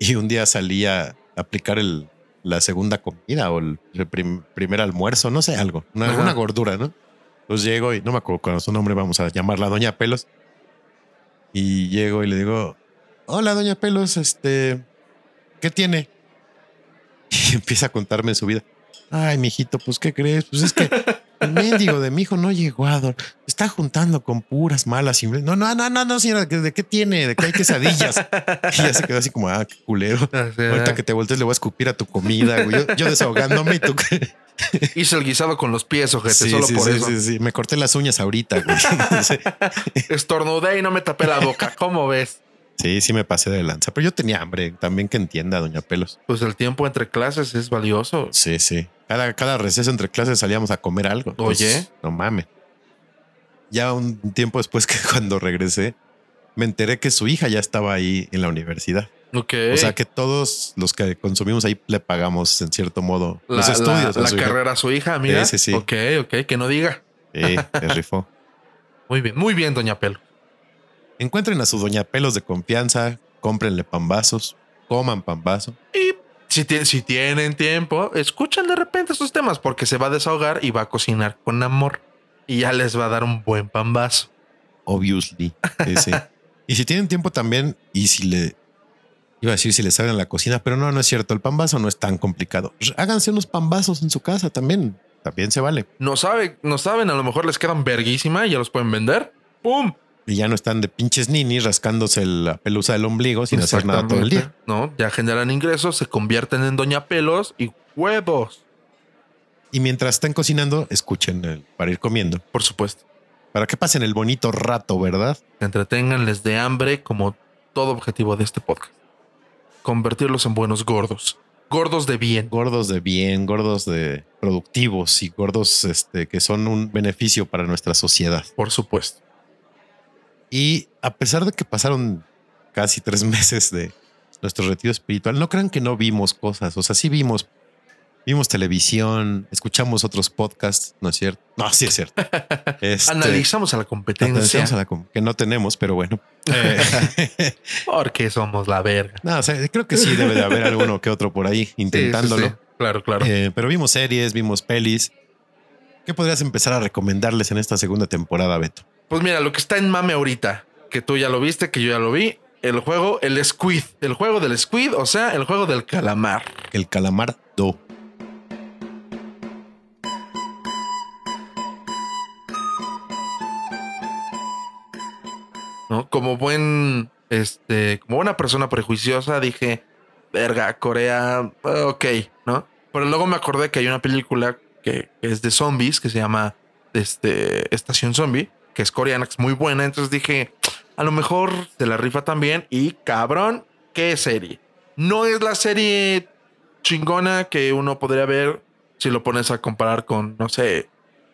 S1: Y un día salía a aplicar el, la segunda comida o el, el prim- primer almuerzo, no sé, algo, una,
S3: Ajá.
S1: una gordura, ¿no? Pues llego y no me acuerdo con su nombre, vamos a llamarla Doña Pelos. Y llego y le digo, hola Doña Pelos, este, ¿qué tiene? Y empieza a contarme su vida. Ay, mijito, pues ¿qué crees? Pues es que el mendigo de mi hijo no llegó a dormir. Está juntando con puras malas. y- No, no, no, no, no, señora, ¿de qué tiene? ¿De qué hay quesadillas? Y ya se quedó así como, ah, qué culero.
S3: Eh.
S1: Ahorita que te voltees le voy a escupir a tu comida, güey. Yo, yo desahogándome y tú...
S3: Hice el guisado con los pies, ojete, solo
S1: sí,
S3: por
S1: sí,
S3: Pues, eso.
S1: sí, sí. Me corté las uñas ahorita, güey. Sí,
S3: Estornudé y no me tapé la boca. ¿Cómo ves?
S1: Sí, sí me pasé de lanza. Pero yo tenía hambre. También que entienda, Doña Pelos.
S3: Pues el tiempo entre clases es valioso.
S1: Sí, sí. Cada, cada receso entre clases salíamos a comer algo. Pues,
S3: Oye.
S1: No mames. Ya un tiempo después que cuando regresé, me enteré que su hija ya estaba ahí en la universidad.
S3: Ok.
S1: O sea que todos los que consumimos ahí le pagamos en cierto modo
S3: la,
S1: los
S3: la-
S1: estudios. a
S3: la
S1: su hija.
S3: carrera a su hija, mira.
S1: Sí, sí, sí.
S3: Ok, ok, que no diga.
S1: Sí, se rifó.
S3: Muy bien, muy bien, doña Pelo.
S1: Encuentren a su doña pelos de confianza, cómprenle pambazos, coman pambazo.
S3: Y si, tie- si tienen tiempo, escuchen de repente esos temas porque se va a desahogar y va a cocinar con amor. y ya les va a dar un buen pambazo.
S1: obviously. Ese. y si tienen tiempo también, y si le iba a decir si le saben a la cocina, pero no, no es cierto. El pambazo no es tan complicado. Háganse unos pambazos en su casa también. También se vale.
S3: No sabe, no saben, a lo mejor les quedan verguísima y ya los pueden vender. ¡Pum!
S1: Y ya no están de pinches ninis rascándose la pelusa del ombligo sin hacer nada todo el día.
S3: Exactamente. No, ya generan ingresos, se convierten en doña pelos y huevos,
S1: Y mientras están cocinando, escuchen el- para ir comiendo.
S3: por supuesto.
S1: Para que pasen el bonito rato, ¿verdad?
S3: Entreténganles de hambre como todo objetivo de este podcast. Convertirlos en buenos gordos. Gordos de bien.
S1: Gordos de bien, gordos de productivos y gordos este, que son un beneficio para nuestra sociedad.
S3: Por supuesto.
S1: Y a pesar de que pasaron casi tres meses de nuestro retiro espiritual, no crean que no vimos cosas. O sea, sí vimos, vimos televisión, escuchamos otros podcasts, ¿no es cierto? No, sí es cierto. Este,
S3: Analizamos a la competencia
S1: atención a la com- que no tenemos, pero bueno. Eh,
S3: porque somos la verga.
S1: no, o sea, creo que sí debe de haber alguno que otro por ahí intentándolo.
S3: Sí, sí, sí. Claro, claro.
S1: Eh, pero vimos series, vimos pelis. ¿Qué podrías empezar a recomendarles en esta segunda temporada, Beto?
S3: Pues mira, lo que está en mame ahorita, que tú ya lo viste, que yo ya lo vi, el juego, el squid, el juego del squid, o sea, el juego del calamar.
S1: El calamar do.
S3: ¿no? Como buen, este, como una persona prejuiciosa, dije, verga, Corea, eh, ok, ¿no? Pero luego me acordé que hay una película que es de zombies, que se llama, este, Estación Zombie, que es coreana, que es muy buena, entonces dije, a lo mejor se la rifa también, y cabrón, qué serie. No es la serie chingona que uno podría ver si lo pones a comparar con, no sé,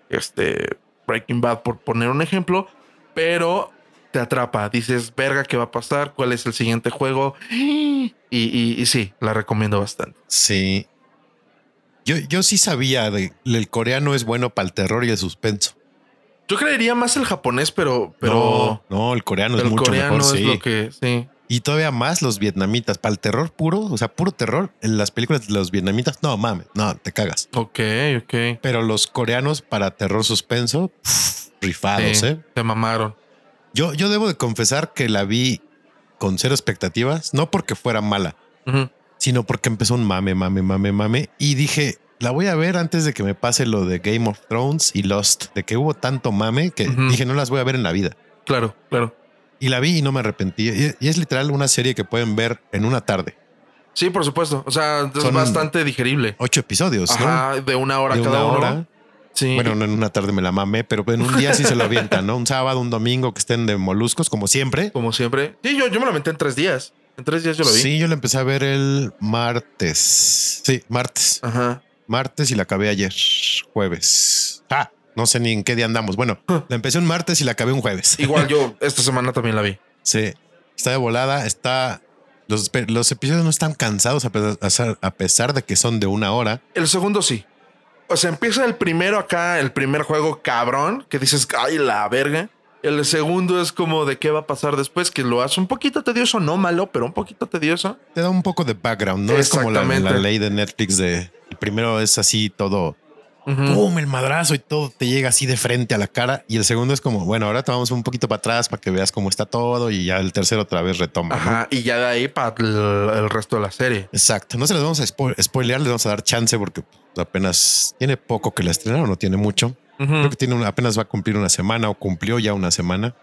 S3: este, Breaking Bad, por poner un ejemplo, pero te atrapa. Dices, verga, ¿qué va a pasar? ¿Cuál es el siguiente juego? Y, y- y sí, la recomiendo bastante.
S1: Sí. Yo, yo sí sabía de el coreano es bueno para el terror y el suspenso.
S3: Yo creería más el japonés, pero, pero,
S1: no, no, el coreano
S3: pero
S1: es
S3: el
S1: mucho
S3: coreano
S1: mejor,
S3: es
S1: sí.
S3: lo que sí.
S1: Y todavía más los vietnamitas. Para el terror puro, o sea, puro terror, en las películas de los vietnamitas, no mames, no, te cagas.
S3: Ok, ok.
S1: Pero los coreanos para terror suspenso, pf, rifados,
S3: Sí,
S1: ¿eh?
S3: Te mamaron.
S1: Yo, yo debo de confesar que la vi con cero expectativas, no porque fuera mala,
S3: Ujú.
S1: sino porque empezó un mame, mame, mame, mame. Y dije, la voy a ver antes de que me pase lo de Game of Thrones y Lost, de que hubo tanto mame que
S3: Ujú.
S1: dije, no las voy a ver en la vida.
S3: Claro, claro.
S1: Y la vi y no me arrepentí. Y, y es literal una serie que pueden ver en una tarde.
S3: Sí, por supuesto. O sea, es
S1: Son-
S3: bastante digerible.
S1: Ocho episodios,
S3: Ajá, de una
S1: ¿no?
S3: hora
S1: De una
S3: cada uno.
S1: hora.
S3: Sí.
S1: Bueno, no en una tarde me la mamé, pero en un día sí se lo avientan, ¿no? Un sábado, un domingo que estén de moluscos, como siempre.
S3: como siempre. Sí, yo, yo me lo metí en tres días. En tres días yo lo vi.
S1: Sí, yo la empecé a ver el martes. Sí, martes.
S3: Ajá.
S1: martes y la acabé ayer, jueves. Ah, no sé ni en qué día andamos. Bueno, la empecé un martes y la acabé un jueves.
S3: Igual yo esta semana también la vi.
S1: Sí, está de volada, está... Los, pe- los episodios no están cansados a pesar, a ser- a pesar de que son de una hora.
S3: El segundo sí. O sea, empieza el primero acá, el primer juego cabrón, que dices, ay, la verga. El segundo es como de qué va a pasar después, que lo hace un poquito tedioso, no malo, pero un poquito tedioso.
S1: Te da un poco de background, ¿no? Es como la,
S3: Exactamente.
S1: la ley de Netflix de... El primero es así todo...
S3: Ujú.
S1: ¡Pum! El madrazo y todo te llega así de frente a la cara. Y el segundo es como, bueno, ahora te vamos un poquito para atrás para que veas cómo está todo. Y ya el tercero otra vez retoma. ¿no?
S3: Ajá, y ya de ahí para el, el resto de la serie.
S1: Exacto. No se las vamos a spo- spoilear, les vamos a dar chance porque pues, apenas tiene poco que la estrenaron, no tiene mucho.
S3: Ujú.
S1: Creo que tiene una- apenas va a cumplir una semana o cumplió ya una semana.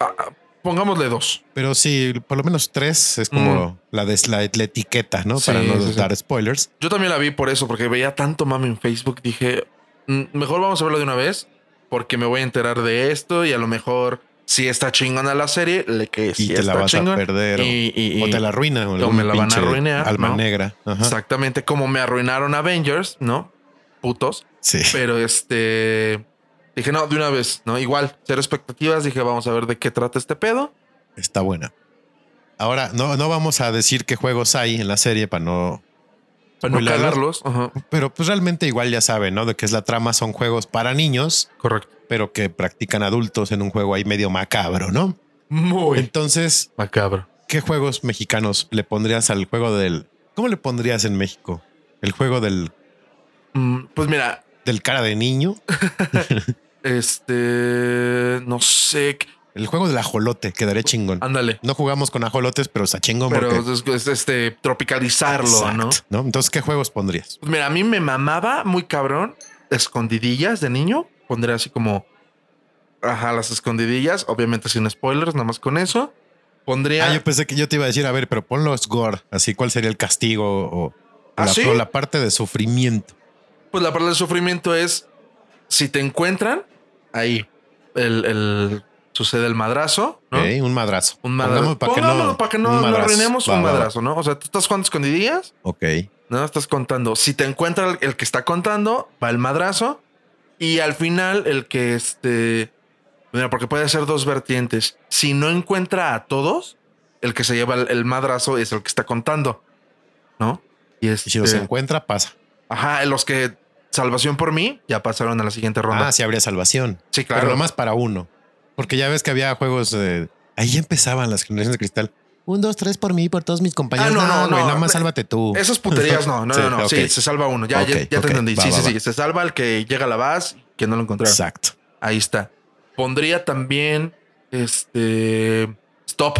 S3: Ah, ah, pongámosle dos.
S1: Pero sí, por lo menos tres es como la, des- la, la etiqueta, ¿no?
S3: Mm. Sí,
S1: Para no
S3: sí, sí.
S1: dar spoilers.
S3: Yo también la vi por eso, porque veía tanto mami en Facebook, dije, "Mm, mejor vamos a verlo de una vez, porque me voy a enterar de esto y a lo mejor si está chingona la serie, le que
S1: Y
S3: sí
S1: te la
S3: está
S1: vas
S3: chingón,
S1: a perder. o-
S3: y- y-
S1: o
S3: y-
S1: te la arruinan.
S3: o me la van a arruinar,
S1: Alma
S3: ¿no?
S1: negra. Ajá.
S3: Exactamente, como me arruinaron Avengers, ¿no? Putos.
S1: Sí.
S3: Pero este. Dije, no, de una vez, ¿no? Igual, cero expectativas. Dije, vamos a ver de qué trata este pedo.
S1: Está buena. Ahora, no, no vamos a decir qué juegos hay en la serie para no...
S3: Para no
S1: spoilearlos,
S3: cagarlos. Ajá,
S1: Pero pues realmente igual ya saben, ¿no? De que es la trama, son juegos para niños.
S3: correcto.
S1: pero que practican adultos en un juego ahí medio macabro, ¿no?
S3: Muy
S1: Entonces,
S3: macabro.
S1: ¿qué juegos mexicanos le pondrías al juego del... ¿Cómo le pondrías en México? El juego del,
S3: Mm, pues mira,
S1: del cara de niño.
S3: Este, no sé.
S1: El juego del ajolote quedaría chingón.
S3: Ándale.
S1: No jugamos con ajolotes, pero está chingón.
S3: Ah, Pero
S1: porque-
S3: es- es- este, tropicalizarlo, ¿no?
S1: Exacto, Entonces, ¿qué juegos pondrías?
S3: Pues mira, a mí me mamaba muy cabrón escondidillas de niño. Pondría así como, ajá, las escondidillas. Obviamente sin spoilers, nada más con eso. Pondría...
S1: Ah, yo pensé que yo te iba a decir, a ver, pero ponlo gore. Así, ¿cuál sería el castigo o, o
S3: ¿Ah,
S1: la,
S3: sí?
S1: o la parte de sufrimiento?
S3: Pues la palabra del sufrimiento es si te encuentran, ahí el, el- sucede el madrazo, ¿no?
S1: Ok, Un madrazo.
S3: Un madrazo.
S1: Pongámoslo para que
S3: Pongámoslo
S1: no,
S3: para que no, no
S1: madrazo.
S3: arruinemos
S1: Va,
S3: un
S1: va, va.
S3: madrazo, ¿no? O sea, tú estás jugando escondidillas,
S1: Ok.
S3: ¿no? Estás contando. Si te encuentra el, el que está contando, va el madrazo. Y al final, el que este. Mira, porque puede ser dos vertientes. Si no encuentra a todos, el que se lleva el, el madrazo es el que está contando, ¿no? Y es.
S1: Y si los encuentra, pasa.
S3: Ajá, los que salvación por mí ya pasaron a la siguiente ronda.
S1: Ah, sí habría salvación.
S3: sí,
S1: Pero nomás para uno. Porque ya ves que había juegos. eh, ahí ya empezaban las generaciones de cristal. Un, dos, tres por mí, por todos mis compañeros.
S3: Ah, no, no,
S1: güey,
S3: no.
S1: Nada más sálvate tú.
S3: Esas puterías no, no,
S1: Sí,
S3: no, no. Sí,
S1: ok.
S3: se salva uno. Ya, ya-
S1: Ok,
S3: ya, te
S1: ok,
S3: entendí.
S1: va,
S3: sí,
S1: va,
S3: sí,
S1: va.
S3: sí. Se salva el que llega a la base que no lo encontraron.
S1: Exacto.
S3: Ahí está. Pondría también este stop,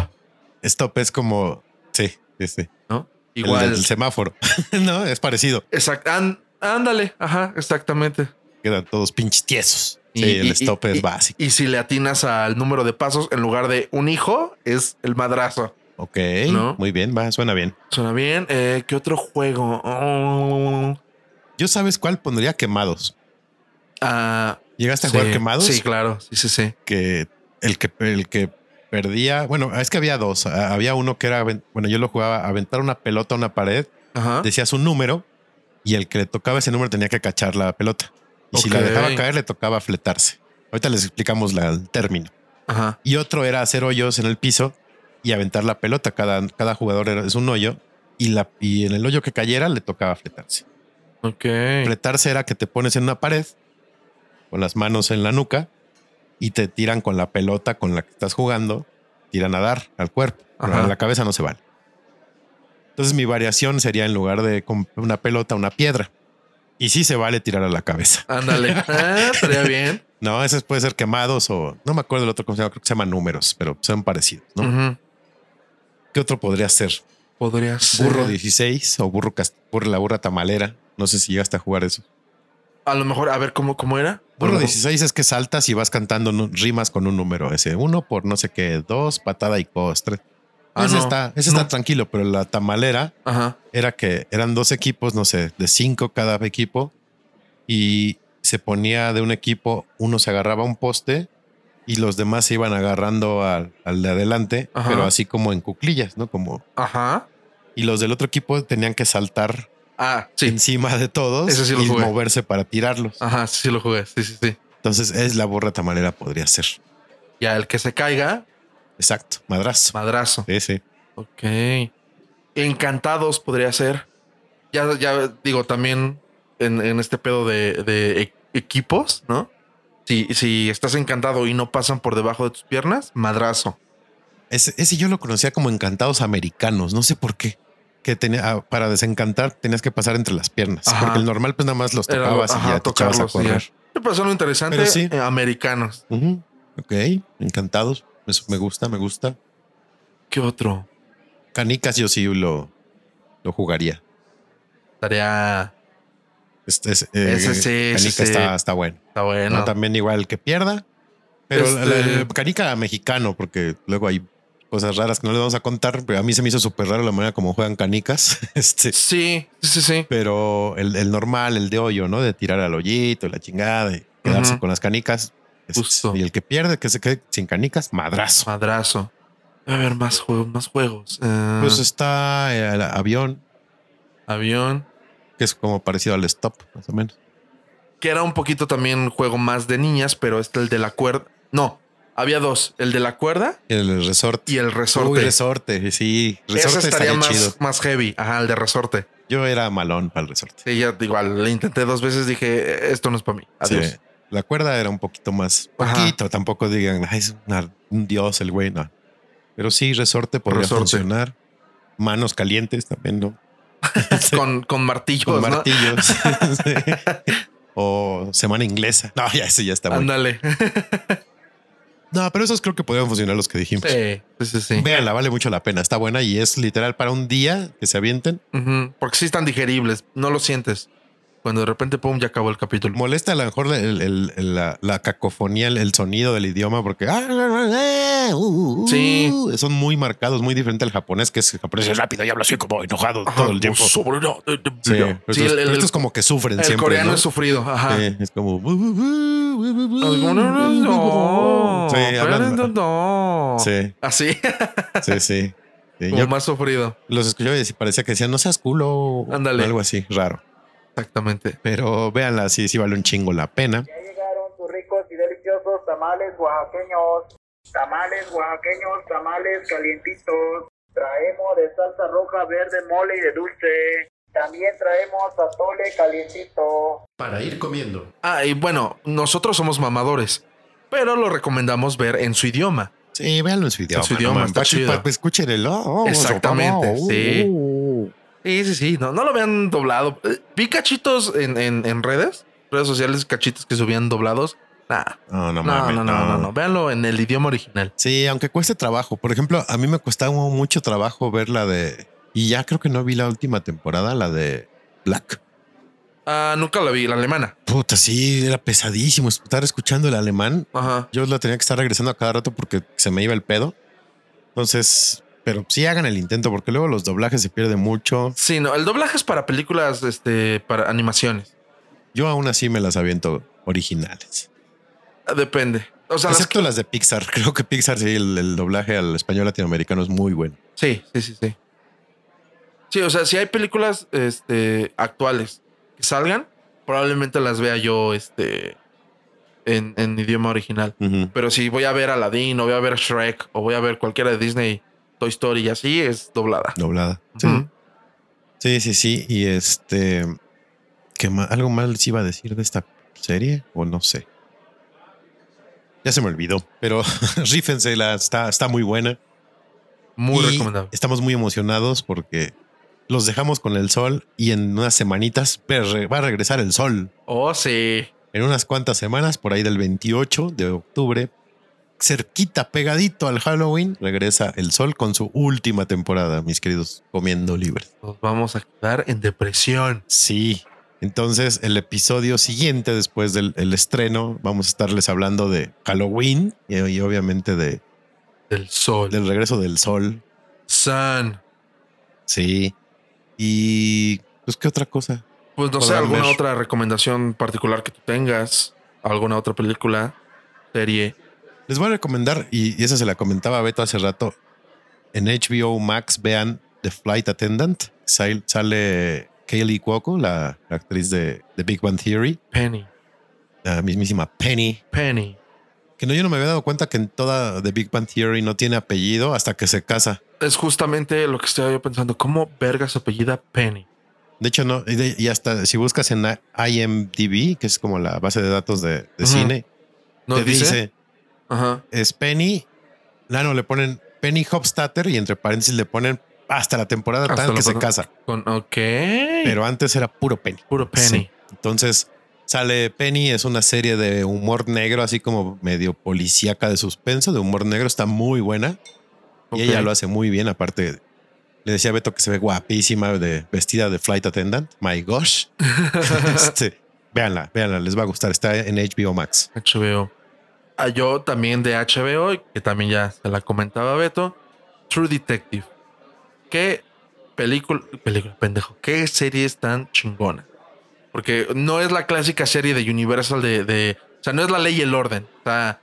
S1: Stop es como. Sí, sí, sí.
S3: ¿no?
S1: El
S3: Igual.
S1: del semáforo. no, es parecido.
S3: Exact- an- ándale, ajá, exactamente.
S1: Quedan todos pinches tiesos.
S3: Y-
S1: sí, el
S3: y-
S1: stop
S3: y-
S1: es
S3: y-
S1: básico.
S3: Y si le atinas al número de pasos en lugar de un hijo, es el madrazo.
S1: Ok.
S3: ¿No?
S1: Muy bien, va, suena bien.
S3: Suena bien. Eh, ¿Qué otro juego? Oh,
S1: Yo sabes cuál pondría quemados.
S3: ah,
S1: ¿Llegaste a
S3: sí,
S1: ¿Este jugar quemados?
S3: Sí, claro. Sí, sí, sí.
S1: que el que el que perdía, bueno, es que había dos, Ah, había uno que era, aven- bueno, yo lo jugaba aventar una pelota a una pared,
S3: Ajá.
S1: decías un número y el que le tocaba ese número tenía que cachar la pelota. Y si la
S3: Ok.
S1: dejaba caer le tocaba fletarse. Ahorita les explicamos la- el término.
S3: Ajá.
S1: Y otro era hacer hoyos en el piso y aventar la pelota. Cada, cada jugador era- es un hoyo y, la, y en el hoyo que cayera le tocaba fletarse.
S3: Ok.
S1: Fletarse era que te pones en una pared con las manos en la nuca y te tiran con la pelota con la que estás jugando, tiran a dar al cuerpo. pero
S3: Ajá.
S1: A la cabeza no se vale. Entonces mi variación sería en lugar de con una pelota, una piedra. Y sí se vale tirar a la cabeza.
S3: Ándale. Ah, estaría bien.
S1: No, esos puede ser quemados o no me acuerdo el otro cómo se llama, creo que se llama números, pero son parecidos. ¿no?
S3: Ujú.
S1: ¿Qué otro podría ser?
S3: Podría ser.
S1: Burro 16 o burro cas- burra- la burra tamalera. No sé si llegaste a jugar eso.
S3: A lo mejor, a ver cómo, cómo era.
S1: Burro
S3: Ajá.
S1: 16 es que saltas y vas cantando nu- rimas con un número. Ese uno por no sé qué, dos, patada y costre.
S3: Ah,
S1: ese
S3: no.
S1: está, ese está
S3: No.
S1: tranquilo, pero la tamalera
S3: Ajá.
S1: era que eran dos equipos, no sé, de cinco cada equipo y se ponía de un equipo, uno se agarraba a un poste y los demás se iban agarrando al, al de adelante,
S3: Ajá.
S1: pero así como en cuclillas, ¿no? Como
S3: Ajá.
S1: y los del otro equipo tenían que saltar
S3: Ah, sí.
S1: encima de todos
S3: Ese sí lo
S1: y
S3: jugué.
S1: moverse para tirarlos.
S3: Ajá, sí, sí lo jugué. Sí, sí, sí.
S1: Entonces es la burra tamalera podría ser.
S3: Ya el que se caiga,
S1: Exacto, madrazo.
S3: madrazo.
S1: Sí, sí.
S3: Ok. Encantados podría ser. Ya, ya digo, también en, en este pedo de, de e- equipos, ¿no? Si, si estás encantado y no pasan por debajo de tus piernas, madrazo.
S1: Ese, ese yo lo conocía como encantados americanos, no sé por qué. Que tenía, ah, para desencantar tenías que pasar entre las piernas,
S3: Ajá.
S1: porque el normal pues nada más los
S3: Era-
S1: tocabas
S3: ajá,
S1: y ya te echabas a
S3: tocarlos y ya.
S1: correr.
S3: Pero son lo interesante,
S1: Pero sí.
S3: eh, americanos.
S1: Ujú. Ok, encantados. Eso me gusta, me gusta.
S3: ¿Qué otro?
S1: Canicas yo sí lo, lo jugaría.
S3: Tarea.
S1: Este es, eh,
S3: Ese sí, ese
S1: canica
S3: sí.
S1: Está, está bueno.
S3: Está bueno.
S1: No, también igual el que pierda, pero la- la-
S3: Este-
S1: el canica mexicano, porque luego hay cosas raras que no les vamos a contar, pero a mí se me hizo súper raro la manera como juegan canicas. Este,
S3: Sí, sí, sí.
S1: pero el, el normal, el de hoyo, ¿no? De tirar al hoyito, la chingada, y quedarse
S3: Ujú.
S1: con las canicas. Es-
S3: Justo. Ah.
S1: Y el que pierde, que se quede sin canicas, madrazo.
S3: Madrazo. A ver, más juegos, más juegos. Eh,
S1: Pues está el avión,
S3: avión.
S1: que es como parecido al stop, más o menos.
S3: Que era un poquito también un juego más de niñas, pero este, el de la cuerda. No, había dos: el de la cuerda
S1: El resorte.
S3: y el resorte.
S1: Uy, resorte, sí. Resorte
S3: Ese
S1: estaría
S3: estaría más,
S1: chido.
S3: más heavy. Ajá, el de resorte.
S1: Yo era malón para el resorte.
S3: Sí, ya igual, le intenté dos veces, dije, esto no es para mí. Adiós.
S1: Sí. La cuerda era un poquito más.
S3: Ajá.
S1: Poquito, tampoco digan, "Ay, es una- un dios el güey, no. Pero sí, resorte podría
S3: Resorte.
S1: funcionar. Manos calientes también, ¿no?
S3: Con, con martillos,
S1: Con
S3: ¿no?
S1: martillos. Sí. o Semana Inglesa. No, ya ese ya está bueno.
S3: Ándale.
S1: No, pero esos creo que podrían funcionar los que dijimos.
S3: Sí, sí, sí.
S1: Véanla, vale mucho la pena. Está buena y es literal para un día que se avienten.
S3: Ujú, Porque sí están digeribles, no lo sientes. Cuando de repente, pum, ya acabó el capítulo.
S1: Molesta a lo mejor el- el- el- la, la cacofonía, el, el sonido del idioma, porque ah, eh,
S3: Sí.
S1: uh, son muy marcados, muy diferente al japonés, que es el japonés es rápido y habla así como enojado todo el tiempo.
S3: Sí,
S1: Sí, pero
S3: pues, Sí,
S1: estos,
S3: el, el-
S1: estos como que sufren
S3: el
S1: siempre.
S3: coreano
S1: ¿no?
S3: es sufrido. Ajá.
S1: Sí, es como.
S3: No,
S1: Sí, hablan-
S3: pero no.
S1: Sí,
S3: Así,
S1: sí, sí. Sí,
S3: como
S1: yo
S3: más sufrido.
S1: los escuchaba y parecía que decían, no seas culo. o
S3: Ándale.
S1: Algo así, raro.
S3: Exactamente.
S1: Pero véanla, sí, sí vale un chingo la pena.
S4: Ya llegaron tus ricos y deliciosos tamales oaxaqueños. Tamales oaxaqueños, tamales calientitos. Traemos de salsa roja, verde, mole y de dulce. También traemos atole calientito.
S1: Para ir comiendo.
S3: Ah, y bueno, nosotros somos mamadores, pero lo recomendamos ver en su idioma.
S1: Sí, véanlo en su idioma.
S3: En su idioma,
S1: nomás.
S3: está
S1: Pa-
S3: chido.
S1: pa- pa- Escuchen el. oh, oh,
S3: Exactamente,
S1: oh, oh,
S3: sí.
S1: oh, oh.
S3: Sí, sí, sí. No, no lo vean doblado. Eh, Vi cachitos en, en- en redes, redes sociales, cachitos que subían doblados. Nah,
S1: No, no,
S3: no, no,
S1: mames,
S3: no, no, no. Véanlo en el idioma original.
S1: Sí, aunque cueste trabajo. Por ejemplo, a mí me costaba mucho trabajo ver la de. Y ya creo que no vi la última temporada, la de Black.
S3: Ah, nunca la vi, la alemana.
S1: Puta, sí, era pesadísimo estar escuchando el alemán.
S3: Ajá.
S1: Yo la tenía que estar regresando a cada rato porque se me iba el pedo. Entonces, pero sí hagan el intento porque luego los doblajes se pierden mucho.
S3: Sí, no, el doblaje es para películas, este, para animaciones.
S1: Yo aún así me las aviento originales.
S3: Ah, Depende. O sea, las-
S1: Excepto las de Pixar. Creo que Pixar sí, el, el doblaje al español latinoamericano es muy bueno.
S3: sí, sí, sí, sí. Sí, o sea, si hay películas este, actuales que salgan, probablemente las vea yo este, en, en idioma original.
S1: Ujú.
S3: Pero si voy a ver Aladdin o voy a ver Shrek o voy a ver cualquiera de Disney, Toy Story y así, es doblada.
S1: Doblada.
S3: Ujú.
S1: Sí, sí, sí. Y este. ¿qué ma- ¿Algo más les iba a decir de esta serie? O no sé. Ya se me olvidó, pero rífensela, está, está muy buena.
S3: Muy
S1: Y
S3: recomendable.
S1: Estamos muy emocionados porque los dejamos con el sol y en unas semanitas perre- va a regresar el sol.
S3: Oh, sí.
S1: En unas cuantas semanas, por ahí del 28 de octubre, cerquita, pegadito al Halloween, regresa el sol con su última temporada, mis queridos comiendo libres.
S3: Nos vamos a quedar en depresión.
S1: Sí. Entonces, el episodio siguiente, después del el estreno, vamos a estarles hablando de Halloween y, y obviamente de,
S3: Del sol. Del
S1: del regreso del sol.
S3: sun.
S1: Sí. Y pues, ¿qué otra cosa?
S3: Pues no sé,
S1: Podrán
S3: alguna
S1: ver.
S3: otra recomendación particular que tú tengas. Alguna otra película, serie.
S1: Les voy a recomendar, y, y esa se la comentaba a Beto hace rato, en HBO Max vean The Flight Attendant. Sal- sale Kaylee Cuoco, la, la actriz de, de Big Bang Theory,
S3: Penny.
S1: la mismísima Penny.
S3: Penny.
S1: Que no, yo no me había dado cuenta que en toda The Big Bang Theory no tiene apellido hasta que se casa.
S3: Es justamente lo que estaba yo pensando. ¿Cómo verga su apellida Penny?
S1: De hecho, no, y, de- y hasta si buscas en IMDb, que es como la base de datos de, de
S3: Ujú.
S1: cine,
S3: ¿No
S1: te dice?
S3: Ajá.
S1: es Penny. No, no, le ponen Penny Hopstatter y entre paréntesis le ponen hasta la temporada
S3: Hasta
S1: tan
S3: la
S1: que se
S3: temporada.
S1: casa.
S3: Con, ok.
S1: pero antes era puro Penny.
S3: Puro Penny.
S1: Sí. Entonces sale Penny, es una serie de humor negro, así como medio policíaca de suspenso, de humor negro, está muy buena
S3: Ok.
S1: y ella lo hace muy bien. Aparte, le decía a Beto que se ve guapísima de vestida de flight attendant. My gosh, este, véanla, véanla, les va a gustar. Está en HBO Max.
S3: HBO. Ah, yo también de HBO, y que también ya se la comentaba Beto, True Detective. Qué película, película, pendejo, qué serie es tan chingona. Porque no es la clásica serie de Universal de, de- o sea, no es la ley y el orden. O sea,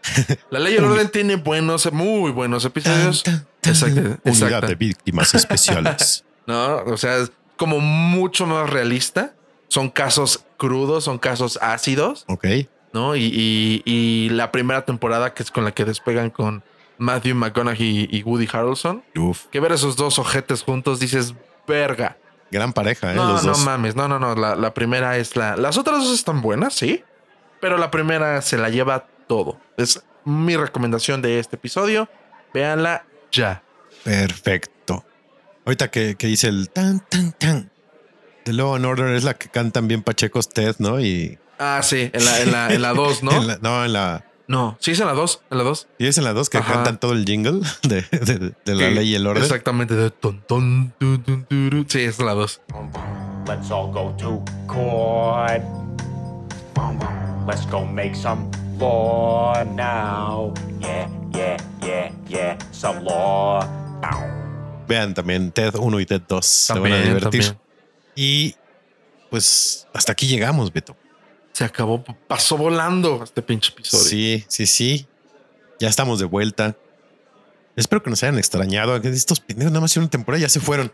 S3: la ley y el orden tiene buenos, muy buenos episodios.
S1: Tan, tan, tan.
S3: Exacto,
S1: Unidad
S3: exacto.
S1: de víctimas especiales.
S3: ¿no? O sea, es como mucho más realista. Son casos crudos, son casos ácidos.
S1: ok,
S3: ¿no? Y, y- y la primera temporada que es con la que despegan con Matthew McConaughey y Woody Harrelson,
S1: Uf,
S3: que ver esos dos ojetes juntos dices, verga.
S1: gran pareja, ¿eh?
S3: No,
S1: los
S3: no
S1: dos.
S3: mames, no, no, no, la, la primera es la... Las otras dos están buenas, sí, pero la primera se la lleva todo. Es mi recomendación de este episodio, véanla ya.
S1: Perfecto. Ahorita que, que dice el tan, tan, tan. De Law and Order es la que cantan bien Pacheco's Ted, ¿no? Y
S3: Ah, sí, en la 2, en la, en la dos, ¿no?
S1: En la- no, en la.
S3: No, sí es en la 2, en la 2.
S1: Y es en la 2 que
S3: Ajá.
S1: cantan todo el jingle de, de- de la ley y el orden.
S3: Exactamente. De ton, ton, tu, tu, tu, ru. Sí, es en la 2.
S5: Let's all go to court. Let's go make some law now. Yeah, yeah, yeah, yeah, some law.
S1: Vean también TED 1 y TED 2. se van a
S3: También,
S1: divertir.
S3: también.
S1: Y pues hasta aquí llegamos, Beto.
S3: Se acabó, pasó volando este pinche episodio.
S1: Sí, sí, sí. Ya estamos de vuelta. Espero que nos hayan extrañado. que Estos pendejos nada más hicieron una temporada y ya se fueron.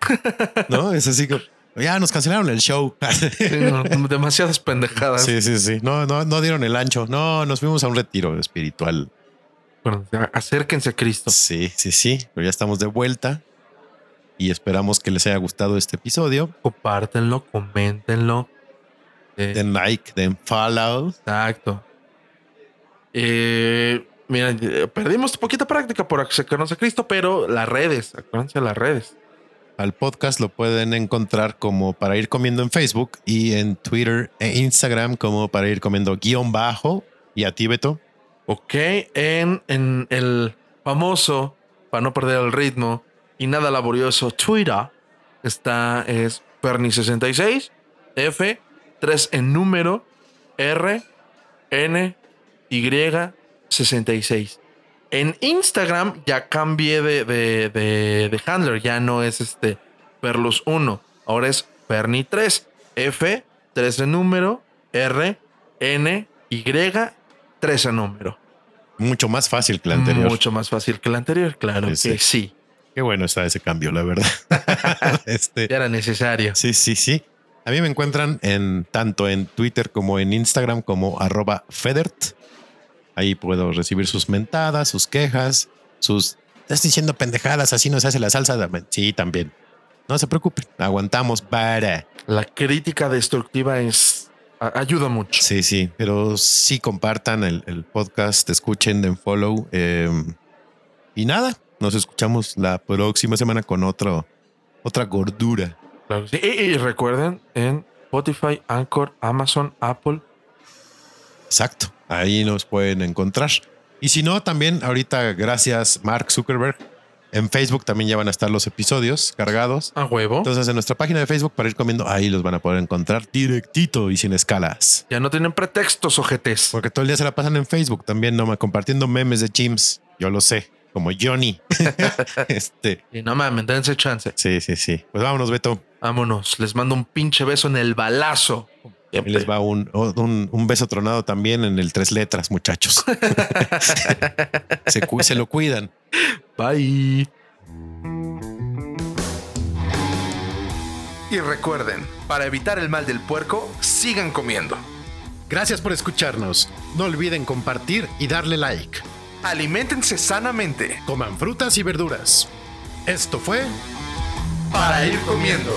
S1: ¿No? Es así que ya nos cancelaron el show.
S3: Sí, no, demasiadas pendejadas.
S1: Sí, sí, sí. No, no, no dieron el ancho. No, nos fuimos a un retiro espiritual.
S3: Bueno, acérquense a Cristo.
S1: Sí, sí, sí. Pero ya estamos de vuelta y esperamos que les haya gustado este episodio.
S3: Compártenlo, coméntenlo. Eh,
S1: Den like, den follow.
S3: Exacto. Eh, mira, eh, perdimos poquita práctica por acercarnos a Cristo, pero las redes, acuérdense de las redes.
S1: Al podcast lo pueden encontrar como para ir comiendo en Facebook y en Twitter e Instagram como para ir comiendo guión bajo. Y a ti, Beto.
S3: Ok, en, en el famoso, para no perder el ritmo y nada laborioso, Twitter está es Perni66, F, 3 en número, R, N, Y, 66. En Instagram ya cambié de, de, de- de handler, ya no es este Perlus1, ahora es Perni3, F, 3 en número, R, N, Y, 3 en número.
S1: Mucho más fácil que la anterior.
S3: Mm, Mucho más fácil que la anterior, claro
S1: Sí, sí.
S3: que sí.
S1: Qué bueno está ese cambio, la verdad. este,
S3: Ya era necesario.
S1: sí, sí, sí. A mí me encuentran en tanto en Twitter como en Instagram como arroba Federt. Ahí puedo recibir sus mentadas, sus quejas, sus... Estás diciendo pendejadas, así nos hace la salsa. Sí, también. No se preocupen, aguantamos para...
S3: La crítica destructiva es a- ayuda mucho.
S1: Sí, sí, pero sí compartan el, el podcast, escuchen, den follow. eh, y nada, nos escuchamos la próxima semana con otro, otra gordura.
S3: Claro que sí. Y, y recuerden en Spotify, Anchor, Amazon, Apple.
S1: Exacto, ahí nos pueden encontrar. Y si no, también ahorita, gracias Mark Zuckerberg, en Facebook también ya van a estar los episodios cargados.
S3: A huevo.
S1: Entonces en nuestra página de Facebook para ir comiendo, ahí los van a poder encontrar directito y sin escalas.
S3: ya no tienen pretextos, ojetes.
S1: Porque todo el día se la pasan en Facebook también, no más compartiendo memes de James. Yo lo sé, como Johnny. este,
S3: Y no mames, dense chance.
S1: sí, sí, sí. Pues vámonos, Beto.
S3: Vámonos. Les mando un pinche beso en el balazo.
S1: Ahí les va un, un, un beso tronado también en el tres letras, muchachos. se, cu- se lo cuidan.
S3: Bye.
S6: Y recuerden, para evitar el mal del puerco, sigan comiendo.
S1: Gracias por escucharnos. No olviden compartir y darle like.
S6: Aliméntense sanamente
S1: Coman frutas y verduras. Esto fue
S6: para ir comiendo.